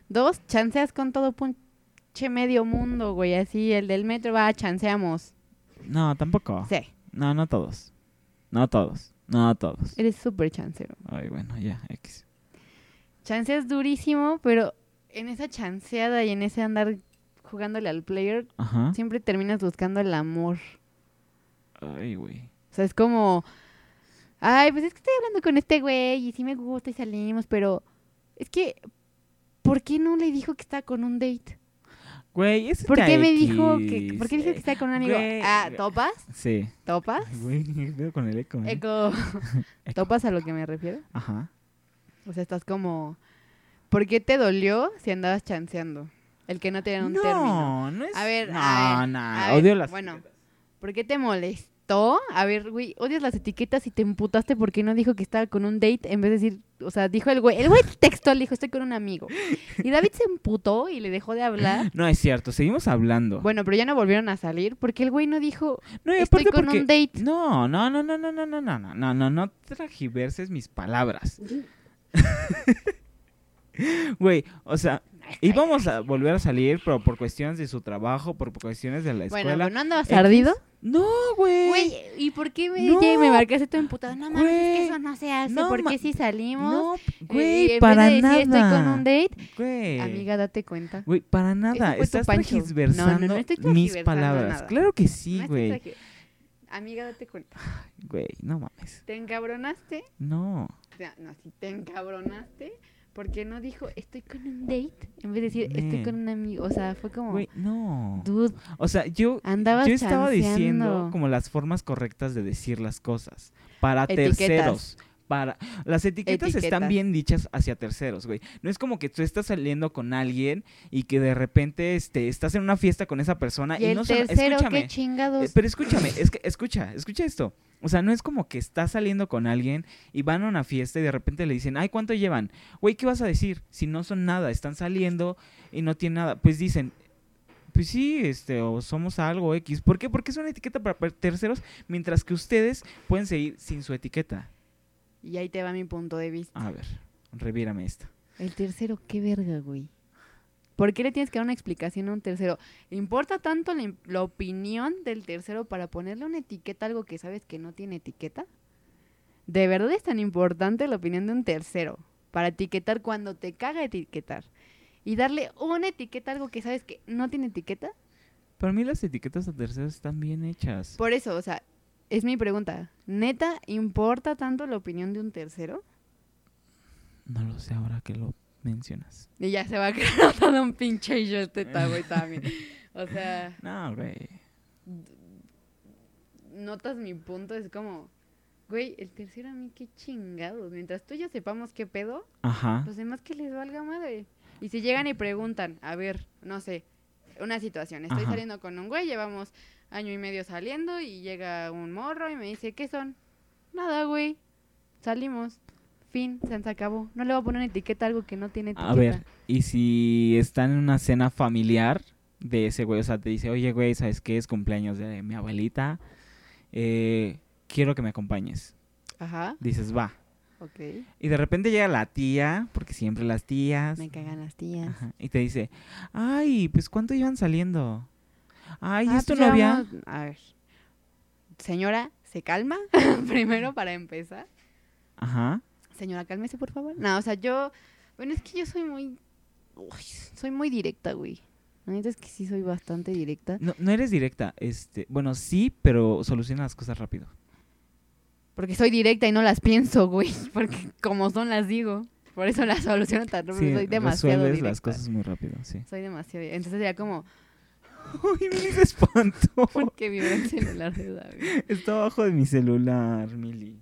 [SPEAKER 1] Dos, chanceas con todo pinche medio mundo, güey. Así, el del metro va, chanceamos.
[SPEAKER 2] No, tampoco.
[SPEAKER 1] Sí,
[SPEAKER 2] No, no todos. No todos. No todos.
[SPEAKER 1] eres súper chancero.
[SPEAKER 2] Ay, bueno, ya, X.
[SPEAKER 1] Chanceas durísimo, pero en esa chanceada y en ese andar jugándole al player,
[SPEAKER 2] Ajá.
[SPEAKER 1] siempre terminas buscando el amor.
[SPEAKER 2] Ay, güey.
[SPEAKER 1] O sea, es como, ay, pues es que estoy hablando con este güey y sí me gusta y salimos, pero es que, ¿por qué no le dijo que está con un date?
[SPEAKER 2] Güey, ese
[SPEAKER 1] ¿Por
[SPEAKER 2] está
[SPEAKER 1] qué me dijo que,
[SPEAKER 2] X,
[SPEAKER 1] ¿por qué dijo que
[SPEAKER 2] eh,
[SPEAKER 1] está con un amigo?
[SPEAKER 2] güey.
[SPEAKER 1] Ah, ¿topas?
[SPEAKER 2] Sí.
[SPEAKER 1] ¿Topas?
[SPEAKER 2] Ay, güey, qué pedo con el eco, eh?
[SPEAKER 1] Eco. ¿Topas a lo que me refiero?
[SPEAKER 2] Ajá.
[SPEAKER 1] O sea, estás como, ¿por qué te dolió si andabas chanceando? El que no te dieron un
[SPEAKER 2] no,
[SPEAKER 1] término.
[SPEAKER 2] no es.
[SPEAKER 1] A ver,
[SPEAKER 2] no,
[SPEAKER 1] a ver,
[SPEAKER 2] no,
[SPEAKER 1] a ver,
[SPEAKER 2] odio las.
[SPEAKER 1] bueno. ¿Por qué te molestó? A ver, güey, odias las etiquetas y te emputaste porque no dijo que estaba con un date en vez de decir, o sea, dijo el güey, el güey textual dijo, estoy con un amigo. Y David se emputó y le dejó de hablar.
[SPEAKER 2] No es cierto, seguimos hablando.
[SPEAKER 1] Bueno, pero ya no volvieron a salir porque el güey no dijo,
[SPEAKER 2] no, y
[SPEAKER 1] estoy
[SPEAKER 2] Eh, aparte
[SPEAKER 1] con
[SPEAKER 2] porque-
[SPEAKER 1] un date.
[SPEAKER 2] No, no, no, no, no, no, no, no, no, no, no, no tragiverses mis palabras. Güey, o sea, íbamos a volver a salir, pero por cuestiones de su trabajo, por cuestiones de la
[SPEAKER 1] Bueno,
[SPEAKER 2] escuela.
[SPEAKER 1] pero ¿no andabas
[SPEAKER 2] X.
[SPEAKER 1] ardido?
[SPEAKER 2] No, güey.
[SPEAKER 1] Güey, ¿y por qué me,
[SPEAKER 2] No.
[SPEAKER 1] ya me marcaste todo emputado? No mames, es que
[SPEAKER 2] Güey.
[SPEAKER 1] eso no se hace.
[SPEAKER 2] No,
[SPEAKER 1] ¿Por
[SPEAKER 2] ma-
[SPEAKER 1] qué si salimos? Eh,
[SPEAKER 2] No,
[SPEAKER 1] Y en
[SPEAKER 2] güey,
[SPEAKER 1] vez
[SPEAKER 2] para
[SPEAKER 1] de decir,
[SPEAKER 2] nada.
[SPEAKER 1] Estoy con un date.
[SPEAKER 2] Güey.
[SPEAKER 1] Amiga, date cuenta.
[SPEAKER 2] Güey, para
[SPEAKER 1] Eso
[SPEAKER 2] nada,
[SPEAKER 1] fue tu
[SPEAKER 2] estás
[SPEAKER 1] pancho.
[SPEAKER 2] transversando
[SPEAKER 1] No, no, no estoy
[SPEAKER 2] mis
[SPEAKER 1] transversando
[SPEAKER 2] palabras.
[SPEAKER 1] nada.
[SPEAKER 2] Claro que
[SPEAKER 1] No
[SPEAKER 2] sí,
[SPEAKER 1] estés
[SPEAKER 2] güey.
[SPEAKER 1] aquí. Amiga, date cuenta.
[SPEAKER 2] Güey, no mames.
[SPEAKER 1] Te encabronaste.
[SPEAKER 2] No.
[SPEAKER 1] o sea, No, si te encabronaste Porque no dijo, estoy con un date, en vez de decir, estoy con un amigo. O sea, fue como,
[SPEAKER 2] Güey, no.
[SPEAKER 1] dude,
[SPEAKER 2] O sea, yo,
[SPEAKER 1] andabas
[SPEAKER 2] yo estaba
[SPEAKER 1] chanceando.
[SPEAKER 2] diciendo como las formas correctas de decir las cosas. Para
[SPEAKER 1] Etiquetas.
[SPEAKER 2] terceros. Para... Las etiquetas, están
[SPEAKER 1] Etiquetas.
[SPEAKER 2] bien dichas hacia terceros, güey. No es como que tú estás saliendo con alguien y que de repente este, estás en una fiesta con esa persona
[SPEAKER 1] Y
[SPEAKER 2] y,
[SPEAKER 1] el
[SPEAKER 2] no son-
[SPEAKER 1] tercero,
[SPEAKER 2] escúchame.
[SPEAKER 1] qué chingados.
[SPEAKER 2] Eh, Pero escúchame, es que, escucha, escucha esto. O sea, no es como que estás saliendo con alguien y van a una fiesta y de repente le dicen, ay, ¿cuánto llevan? Güey, ¿qué vas a decir? Si no son nada, están saliendo y no tienen nada. Pues dicen, pues sí, este, o somos algo X. ¿Por qué? Porque es una etiqueta para per- terceros, mientras que ustedes pueden seguir sin su etiqueta.
[SPEAKER 1] Y ahí te va mi punto de vista.
[SPEAKER 2] A ver, revírame esta.
[SPEAKER 1] El tercero, qué verga, güey. ¿Por qué le tienes que dar una explicación a un tercero? ¿Importa tanto la, im- la opinión del tercero para ponerle una etiqueta a algo que sabes que no tiene etiqueta? ¿De verdad es tan importante la opinión de un tercero para etiquetar cuando te caga etiquetar? ¿Y darle una etiqueta a algo que sabes que no tiene etiqueta?
[SPEAKER 2] Para mí las etiquetas a terceros están bien hechas.
[SPEAKER 1] Por eso, o sea, es mi pregunta. ¿Neta importa tanto la opinión de un tercero?
[SPEAKER 2] No lo sé ahora que lo mencionas.
[SPEAKER 1] Y ya se va a quedar todo un pinche y yo este tabo y también. O sea...
[SPEAKER 2] No, güey.
[SPEAKER 1] notas mi punto, es como, güey, el tercero a mí qué chingados. Mientras tú y yo sepamos qué pedo,
[SPEAKER 2] Ajá.
[SPEAKER 1] los demás que les valga madre. Y si llegan y preguntan, a ver, no sé, una situación, estoy
[SPEAKER 2] Ajá.
[SPEAKER 1] saliendo con un güey, llevamos año y medio saliendo y llega un morro y me dice, ¿qué son? Nada, güey, salimos. Fin, se nos acabó. No le voy a poner una etiqueta a algo que no tiene etiqueta.
[SPEAKER 2] A ver, y si están en una cena familiar de ese güey, o sea, te dice, oye, güey, ¿sabes qué? Es cumpleaños de mi abuelita. eh, quiero que me acompañes.
[SPEAKER 1] Ajá,
[SPEAKER 2] Dices, va.
[SPEAKER 1] ok.
[SPEAKER 2] Y de repente llega la tía, porque siempre las tías.
[SPEAKER 1] Me cagan las tías.
[SPEAKER 2] ajá, y te dice, ay, pues ¿cuánto iban saliendo? Ay,
[SPEAKER 1] Ah,
[SPEAKER 2] ¿es tu
[SPEAKER 1] pues ya
[SPEAKER 2] novia?
[SPEAKER 1] vamos- A ver. Señora, ¿se calma? Primero para empezar.
[SPEAKER 2] Ajá.
[SPEAKER 1] Señora, cálmese, por favor. No, o sea, yo... Bueno, es que yo soy muy... Uy, soy muy directa, güey. La neta es que sí soy bastante directa.
[SPEAKER 2] No, no eres directa. este Bueno, sí, pero soluciona las cosas rápido.
[SPEAKER 1] Porque soy directa y no las pienso, güey. Porque como son las digo. Por eso las soluciono tan rápido.
[SPEAKER 2] Sí,
[SPEAKER 1] soy demasiado
[SPEAKER 2] resuelves
[SPEAKER 1] directa.
[SPEAKER 2] las cosas muy rápido, sí.
[SPEAKER 1] Soy demasiado directa. Entonces sería como...
[SPEAKER 2] Uy, me espanto.
[SPEAKER 1] ¿Por qué vibró el celular de David?
[SPEAKER 2] Está abajo de mi celular, Mili.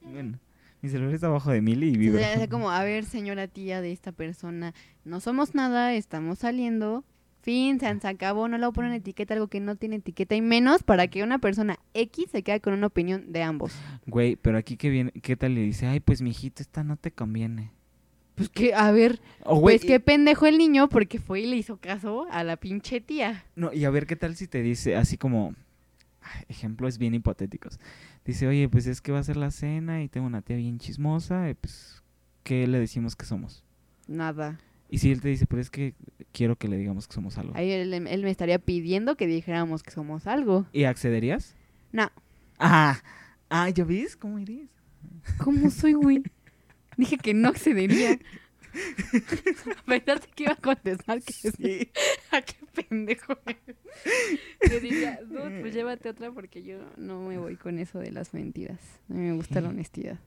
[SPEAKER 2] Bueno, mi celular está abajo de Mili y
[SPEAKER 1] Entonces
[SPEAKER 2] vibra.
[SPEAKER 1] ya sea como, a ver, señora tía de esta persona, no somos nada, estamos saliendo. Fin, se se acabó, no le voy a poner en etiqueta algo que no tiene etiqueta y menos para que una persona X se quede con una opinión de ambos.
[SPEAKER 2] Güey, pero aquí que viene, ¿qué tal le dice? Ay, pues mijito, esta no te conviene.
[SPEAKER 1] Pues que, a ver,
[SPEAKER 2] O güey,
[SPEAKER 1] pues qué pendejo el niño porque fue y le hizo caso a la pinche tía.
[SPEAKER 2] y, no, y a ver qué tal si te dice así como ay, ejemplos bien hipotéticos. Dice, "Oye, pues es que va a ser la cena y tengo una tía bien chismosa, y pues ¿qué le decimos que somos?"
[SPEAKER 1] Nada.
[SPEAKER 2] Y si él te dice, "Pero es que quiero que le digamos que somos algo."
[SPEAKER 1] Ahí él, él me estaría pidiendo que dijéramos que somos algo.
[SPEAKER 2] ¿Y accederías?
[SPEAKER 1] No,
[SPEAKER 2] Ah, ah, ¿ya ves cómo eres?
[SPEAKER 1] ¿cómo soy, güey? Dije que no accedería. Pensaste que iba a contestar que sí. ¿A Ah, qué pendejo? Yo diría, dude, pues llévate otra porque yo no me voy con eso de las mentiras. A mí me gusta la honestidad.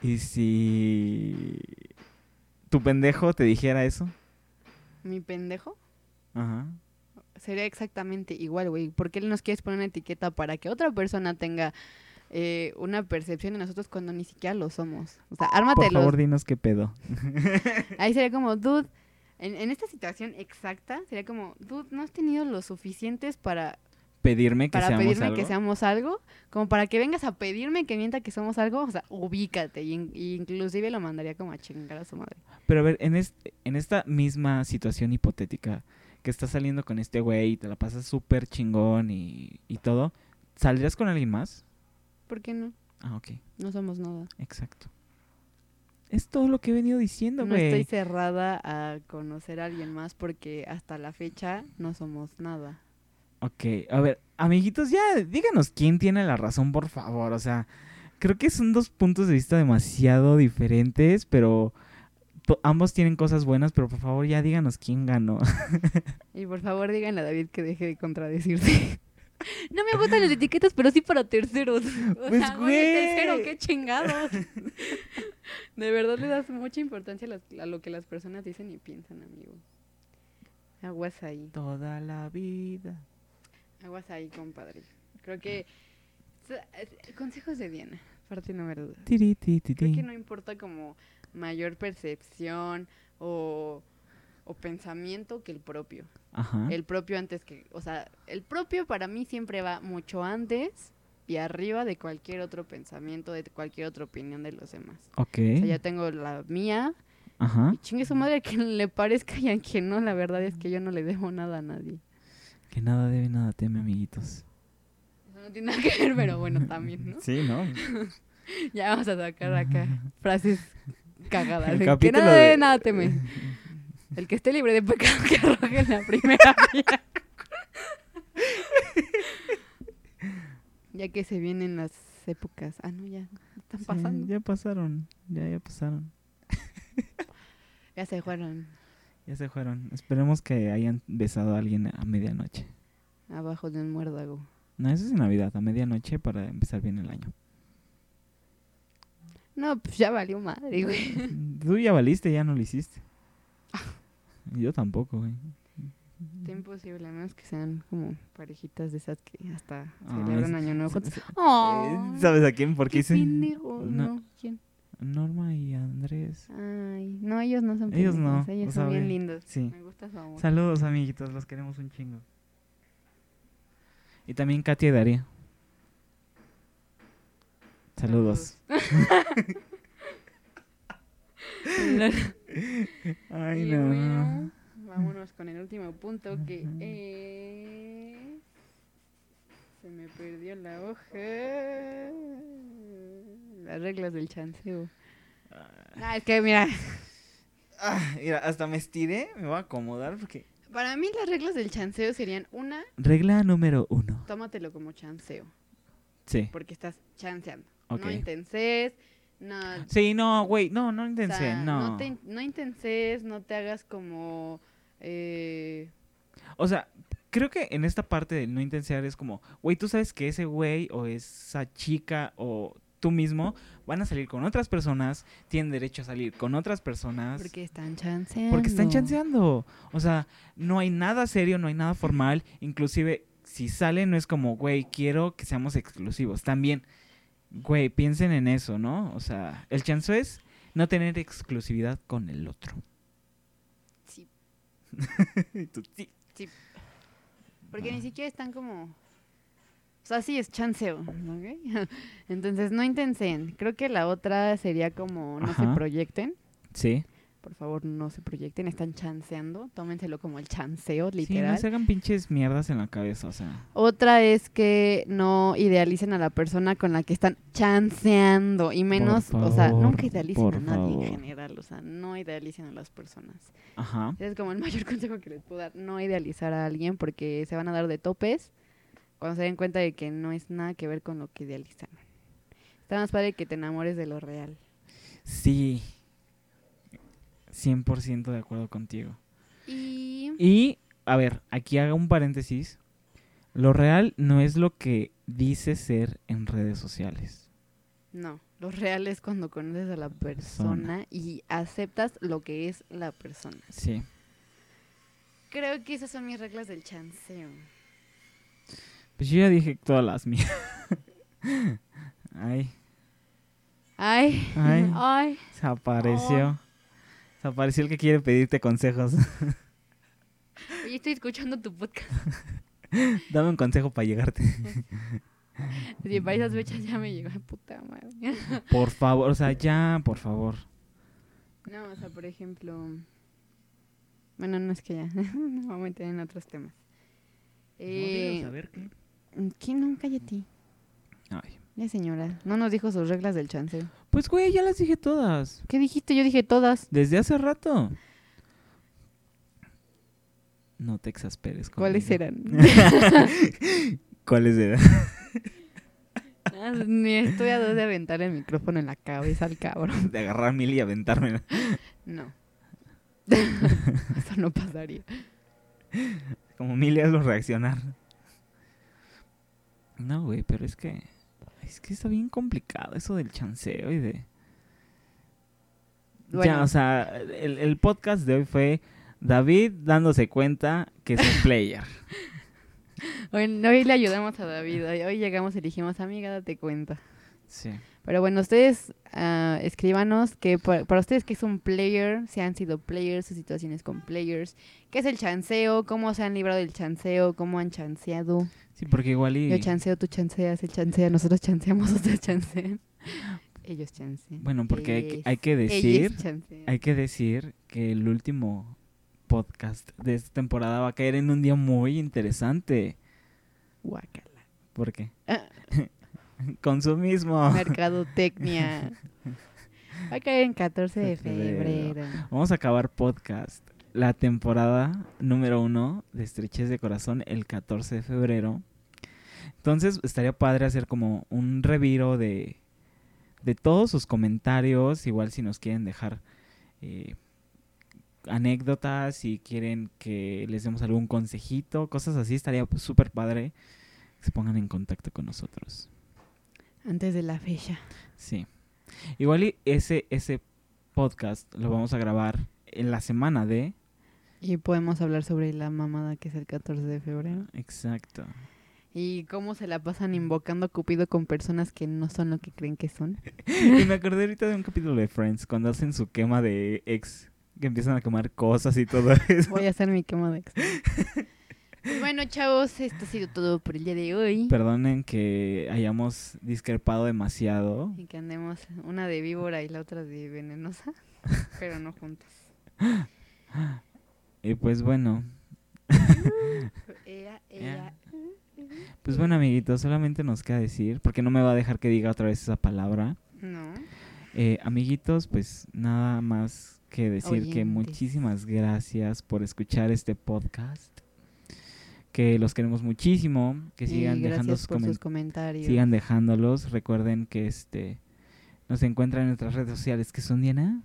[SPEAKER 2] ¿Y si tu pendejo te dijera eso?
[SPEAKER 1] Mi pendejo
[SPEAKER 2] Ajá.
[SPEAKER 1] sería exactamente igual, güey. ¿Por qué nos quieres poner una etiqueta para que otra persona tenga eh, una percepción de nosotros cuando ni siquiera lo somos? O sea,
[SPEAKER 2] Por
[SPEAKER 1] ármatelos.
[SPEAKER 2] favor, dinos qué pedo.
[SPEAKER 1] Ahí sería como, dude, en, en esta situación exacta, sería como, dude, no has tenido lo suficientes para
[SPEAKER 2] Pedirme que
[SPEAKER 1] para
[SPEAKER 2] seamos
[SPEAKER 1] pedirme
[SPEAKER 2] algo.
[SPEAKER 1] que seamos algo, como para que vengas a pedirme que mienta que somos algo, o sea, ubícate. Y, in- y inclusive lo mandaría como a chingar a su madre.
[SPEAKER 2] Pero a ver, en, este, en esta misma situación hipotética, que estás saliendo con este güey y te la pasas súper chingón y, y todo, ¿saldrías con alguien más?
[SPEAKER 1] ¿Por qué no?
[SPEAKER 2] Ah, ok,
[SPEAKER 1] No somos nada.
[SPEAKER 2] exacto. Es todo lo que he venido diciendo,
[SPEAKER 1] No,
[SPEAKER 2] güey.
[SPEAKER 1] estoy cerrada a conocer a alguien más porque hasta la fecha no somos nada.
[SPEAKER 2] Ok, a ver, amiguitos, ya díganos quién tiene la razón, por favor. O sea, creo que son dos puntos de vista demasiado diferentes, pero to- ambos tienen cosas buenas, pero por favor ya díganos quién ganó.
[SPEAKER 1] Y por favor díganle a David que deje de contradecirse. No me gustan las etiquetas, pero sí para terceros. O
[SPEAKER 2] Pues,
[SPEAKER 1] sea, güey, el
[SPEAKER 2] güey.
[SPEAKER 1] tercero, qué chingados. De verdad le das mucha importancia a, las- a lo que las personas dicen y piensan, amigo. Aguas ahí.
[SPEAKER 2] Toda la vida.
[SPEAKER 1] Aguas ahí, compadre. Creo que... sa- eh, Consejos de Diana, parte número dos.
[SPEAKER 2] Tiri, ti, ti,
[SPEAKER 1] Creo
[SPEAKER 2] ti.
[SPEAKER 1] que no importa como mayor percepción o, o pensamiento que el propio.
[SPEAKER 2] Ajá.
[SPEAKER 1] El propio antes que... O sea, el propio para mí siempre va mucho antes y arriba de cualquier otro pensamiento, de cualquier otra opinión de los demás.
[SPEAKER 2] Ok.
[SPEAKER 1] O sea, ya tengo la mía,
[SPEAKER 2] Ajá.
[SPEAKER 1] Y chingue su madre a quien le parezca y a quien no, la verdad es que yo no le debo nada a nadie.
[SPEAKER 2] Que nada debe, nada teme, amiguitos.
[SPEAKER 1] Eso no tiene nada que ver, pero bueno, también, ¿no?
[SPEAKER 2] Sí, ¿no?
[SPEAKER 1] Ya vamos a sacar acá frases cagadas.
[SPEAKER 2] El
[SPEAKER 1] de que
[SPEAKER 2] capítulo
[SPEAKER 1] nada
[SPEAKER 2] de-
[SPEAKER 1] debe, nada teme. El que esté libre de pecado que arroje la primera piedra. ya que se vienen las épocas. Ah, no, ya están
[SPEAKER 2] Sí,
[SPEAKER 1] pasando.
[SPEAKER 2] ya pasaron. Ya, ya pasaron.
[SPEAKER 1] Ya se fueron
[SPEAKER 2] Ya se fueron. Esperemos que hayan besado a alguien a medianoche.
[SPEAKER 1] abajo de un muérdago.
[SPEAKER 2] No, eso es en Navidad, a medianoche para empezar bien el año.
[SPEAKER 1] No, pues ya valió madre, güey.
[SPEAKER 2] Tú ya valiste, ya no lo hiciste. Yo tampoco, güey.
[SPEAKER 1] Está imposible, a menos que sean como parejitas de esas que hasta
[SPEAKER 2] Ah,
[SPEAKER 1] celebran
[SPEAKER 2] es-
[SPEAKER 1] Año Nuevo juntas.
[SPEAKER 2] Eh,
[SPEAKER 1] ¡Oh!
[SPEAKER 2] ¿Sabes a quién?
[SPEAKER 1] ¿Qué
[SPEAKER 2] Porque hice
[SPEAKER 1] pendejo,
[SPEAKER 2] no.
[SPEAKER 1] No. ¿quién?
[SPEAKER 2] Norma y Andrés.
[SPEAKER 1] Ay, no, ellos no son pendejos,
[SPEAKER 2] Ellos no, o
[SPEAKER 1] ellos
[SPEAKER 2] sea,
[SPEAKER 1] son bien
[SPEAKER 2] ve-
[SPEAKER 1] lindos.
[SPEAKER 2] sí.
[SPEAKER 1] Me gusta su amor.
[SPEAKER 2] Saludos, amiguitos, los queremos un chingo. Y también Katia y Daría. Saludos. Ay,
[SPEAKER 1] Y
[SPEAKER 2] no.
[SPEAKER 1] bueno, vámonos con el último punto que es... Se me perdió la hoja. Las reglas del chanceo. Ah, es que mira,
[SPEAKER 2] Ah, mira, hasta me estiré, me voy a acomodar porque...
[SPEAKER 1] para mí las reglas del chanceo serían una,
[SPEAKER 2] Regla número uno.
[SPEAKER 1] tómatelo como chanceo.
[SPEAKER 2] Sí.
[SPEAKER 1] porque estás chanceando. No
[SPEAKER 2] Ok.
[SPEAKER 1] intenses, no, o
[SPEAKER 2] Sí, no, güey, no, no
[SPEAKER 1] sea,
[SPEAKER 2] intenté,
[SPEAKER 1] no te, in- no intenses, no te hagas como... eh,
[SPEAKER 2] O sea, creo que en esta parte de no intensear es como, güey, tú sabes que ese güey o esa chica o tú mismo van a salir con otras personas, tienen derecho a salir con otras personas.
[SPEAKER 1] porque están chanceando.
[SPEAKER 2] Porque están chanceando. O sea, no hay nada serio, no hay nada formal. Inclusive, si salen, no es como, güey, quiero que seamos exclusivos. También, güey, piensen en eso, ¿no? O sea, el chanceo es no tener exclusividad con el otro.
[SPEAKER 1] Sí,
[SPEAKER 2] Y tú, sí.
[SPEAKER 1] porque
[SPEAKER 2] Ah.
[SPEAKER 1] ni siquiera están como... O sea, sí, es chanceo, ¿ok? Entonces, no intensen. Creo que la otra sería como no
[SPEAKER 2] Ajá.
[SPEAKER 1] se proyecten.
[SPEAKER 2] Sí.
[SPEAKER 1] Por favor, no se proyecten. Están chanceando. Tómenselo como el chanceo,
[SPEAKER 2] Sí,
[SPEAKER 1] literal.
[SPEAKER 2] no se hagan pinches mierdas en la cabeza, o sea.
[SPEAKER 1] Otra es que no idealicen a la persona con la que están chanceando y menos, o sea,
[SPEAKER 2] favor,
[SPEAKER 1] nunca idealicen
[SPEAKER 2] por
[SPEAKER 1] a nadie
[SPEAKER 2] favor.
[SPEAKER 1] en general, o sea, no idealicen a las personas.
[SPEAKER 2] Ajá.
[SPEAKER 1] Ese es como el mayor consejo que les puedo dar, no idealizar a alguien porque se van a dar de topes cuando se den cuenta de que no es nada que ver con lo que idealizan. Está más padre que te enamores de lo real.
[SPEAKER 2] Sí. 100% de acuerdo contigo.
[SPEAKER 1] Y
[SPEAKER 2] Y, a ver, aquí haga un paréntesis. Lo real no es lo que dice ser en redes sociales.
[SPEAKER 1] no, lo real es cuando conoces a la
[SPEAKER 2] Persona.
[SPEAKER 1] persona y aceptas lo que es la persona.
[SPEAKER 2] Sí.
[SPEAKER 1] Creo que esas son mis reglas del chanceo.
[SPEAKER 2] Pues yo ya dije todas las mías. Ay,
[SPEAKER 1] Ay.
[SPEAKER 2] Ay.
[SPEAKER 1] Ay.
[SPEAKER 2] se apareció. Se apareció el que quiere pedirte consejos.
[SPEAKER 1] Oye, estoy escuchando tu podcast.
[SPEAKER 2] Dame un consejo para llegarte.
[SPEAKER 1] Si para esas fechas ya me llegó puta madre.
[SPEAKER 2] Por favor, o sea, ya, por favor.
[SPEAKER 1] No, o sea, por ejemplo. Bueno, no es que ya. No vamos a meter en otros temas. Eh,
[SPEAKER 2] qué.
[SPEAKER 1] ¿Qué? No, cállate.
[SPEAKER 2] Ay.
[SPEAKER 1] Ya, señora. No nos dijo sus reglas del chanceo.
[SPEAKER 2] Pues, güey, ya las dije todas.
[SPEAKER 1] ¿Qué dijiste? Yo dije todas.
[SPEAKER 2] Desde hace rato. No te exasperes.
[SPEAKER 1] ¿Cuáles
[SPEAKER 2] conmigo.
[SPEAKER 1] eran?
[SPEAKER 2] ¿Cuáles eran?
[SPEAKER 1] Ah, Ni estoy a dos de aventar el micrófono en la cabeza al cabrón.
[SPEAKER 2] De agarrar mil y aventármela.
[SPEAKER 1] No. Eso no pasaría.
[SPEAKER 2] Como mil y hazlo reaccionar. No, güey, pero es que. Es que está bien complicado eso del chanceo y de.
[SPEAKER 1] Bueno,
[SPEAKER 2] Ya, o sea, el, el podcast de hoy fue David dándose cuenta que es un player.
[SPEAKER 1] hoy, hoy le ayudamos a David. Hoy, hoy llegamos y le dijimos, amiga, date cuenta.
[SPEAKER 2] Sí.
[SPEAKER 1] Pero bueno, ustedes ah, escríbanos que pa- para ustedes qué es un player, si han sido players, sus situaciones con players, qué es el chanceo, cómo se han librado del chanceo, cómo han chanceado.
[SPEAKER 2] Sí, porque igual y...
[SPEAKER 1] Yo chanceo, tú chanceas, él chancea, nosotros chanceamos, ustedes chancean. Ellos chancean.
[SPEAKER 2] Bueno, porque hay que, hay que
[SPEAKER 1] Ellas
[SPEAKER 2] decir...
[SPEAKER 1] chancean.
[SPEAKER 2] Hay que decir que el último podcast de esta temporada va a caer en un día muy interesante.
[SPEAKER 1] Guácala.
[SPEAKER 2] ¿Por qué?
[SPEAKER 1] Ah.
[SPEAKER 2] Consumismo.
[SPEAKER 1] Mercadotecnia. Va a caer en 14 de febrero.
[SPEAKER 2] Vamos a acabar podcast. La temporada número uno de Estrechez de Corazón el 14 de febrero. Entonces estaría padre hacer como un reviro de, de todos sus comentarios. Igual si nos quieren dejar eh, anécdotas, si quieren que les demos algún consejito, cosas así, estaría súper padre que se pongan en contacto con nosotros.
[SPEAKER 1] Antes de la fecha.
[SPEAKER 2] Sí. Igual y ese, ese podcast lo vamos a grabar en la semana de...
[SPEAKER 1] Y podemos hablar sobre la mamada que es el 14 de febrero.
[SPEAKER 2] Exacto.
[SPEAKER 1] Y cómo se la pasan invocando a Cupido con personas que no son lo que creen que son.
[SPEAKER 2] Y me acordé ahorita de un capítulo de Friends, cuando hacen su quema de ex, que empiezan a quemar cosas y todo eso.
[SPEAKER 1] Voy a hacer mi quema de exnovio. Pues bueno, chavos, esto ha sido todo por el día de hoy.
[SPEAKER 2] Perdonen que hayamos discrepado demasiado.
[SPEAKER 1] Y que andemos una de víbora y la otra de venenosa, pero no juntas.
[SPEAKER 2] Y pues bueno,
[SPEAKER 1] Ea, ea.
[SPEAKER 2] Ea. pues bueno amiguitos, solamente nos queda decir, porque no me va a dejar que diga otra vez esa palabra.
[SPEAKER 1] No.
[SPEAKER 2] Eh, amiguitos, pues nada más que decir que
[SPEAKER 1] Oyentes.
[SPEAKER 2] muchísimas gracias por escuchar este podcast. Que los queremos muchísimo. Que
[SPEAKER 1] Y
[SPEAKER 2] sigan dejando
[SPEAKER 1] gracias
[SPEAKER 2] sus
[SPEAKER 1] por sus
[SPEAKER 2] comentarios.
[SPEAKER 1] comentarios.
[SPEAKER 2] Sigan dejándolos. Recuerden que este nos encuentran en nuestras redes sociales que son Diana.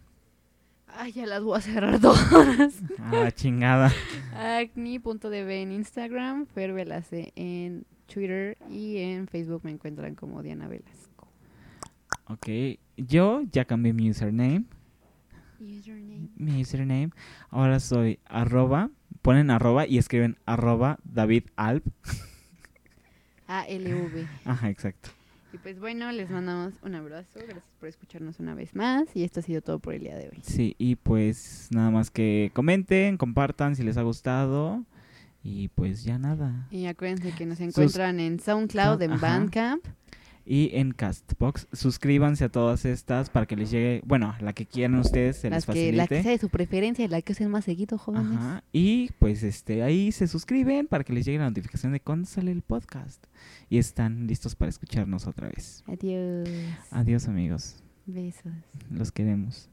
[SPEAKER 1] Ay, ya las voy a cerrar todas.
[SPEAKER 2] Ah, chingada.
[SPEAKER 1] Acni.db en Instagram, Fer Velasce en Twitter y en Facebook me encuentran como Diana Velasco.
[SPEAKER 2] Ok. Yo ya cambié mi username.
[SPEAKER 1] Username.
[SPEAKER 2] Mi username. Ahora soy arroba. Ponen arroba y escriben arroba David Alp.
[SPEAKER 1] ALV.
[SPEAKER 2] Ajá, exacto.
[SPEAKER 1] Y pues bueno, les mandamos un abrazo. Gracias por escucharnos una vez más. Y esto ha sido todo por el día de hoy.
[SPEAKER 2] Sí, y pues nada más que comenten, compartan si les ha gustado. Y pues ya nada.
[SPEAKER 1] Y acuérdense que nos
[SPEAKER 2] Sus-
[SPEAKER 1] encuentran en SoundCloud, en
[SPEAKER 2] Ajá.
[SPEAKER 1] Bandcamp.
[SPEAKER 2] Y en Castbox, suscríbanse a todas estas para que les llegue, bueno, la que quieran ustedes se les
[SPEAKER 1] las que, la que sea
[SPEAKER 2] facilite.
[SPEAKER 1] de su preferencia, la que usen más seguido, jóvenes.
[SPEAKER 2] Ajá, Y pues este ahí se suscriben para que les llegue la notificación de cuándo sale el podcast. Y están listos para escucharnos otra vez.
[SPEAKER 1] Adiós.
[SPEAKER 2] Adiós amigos,
[SPEAKER 1] Besos.
[SPEAKER 2] los queremos.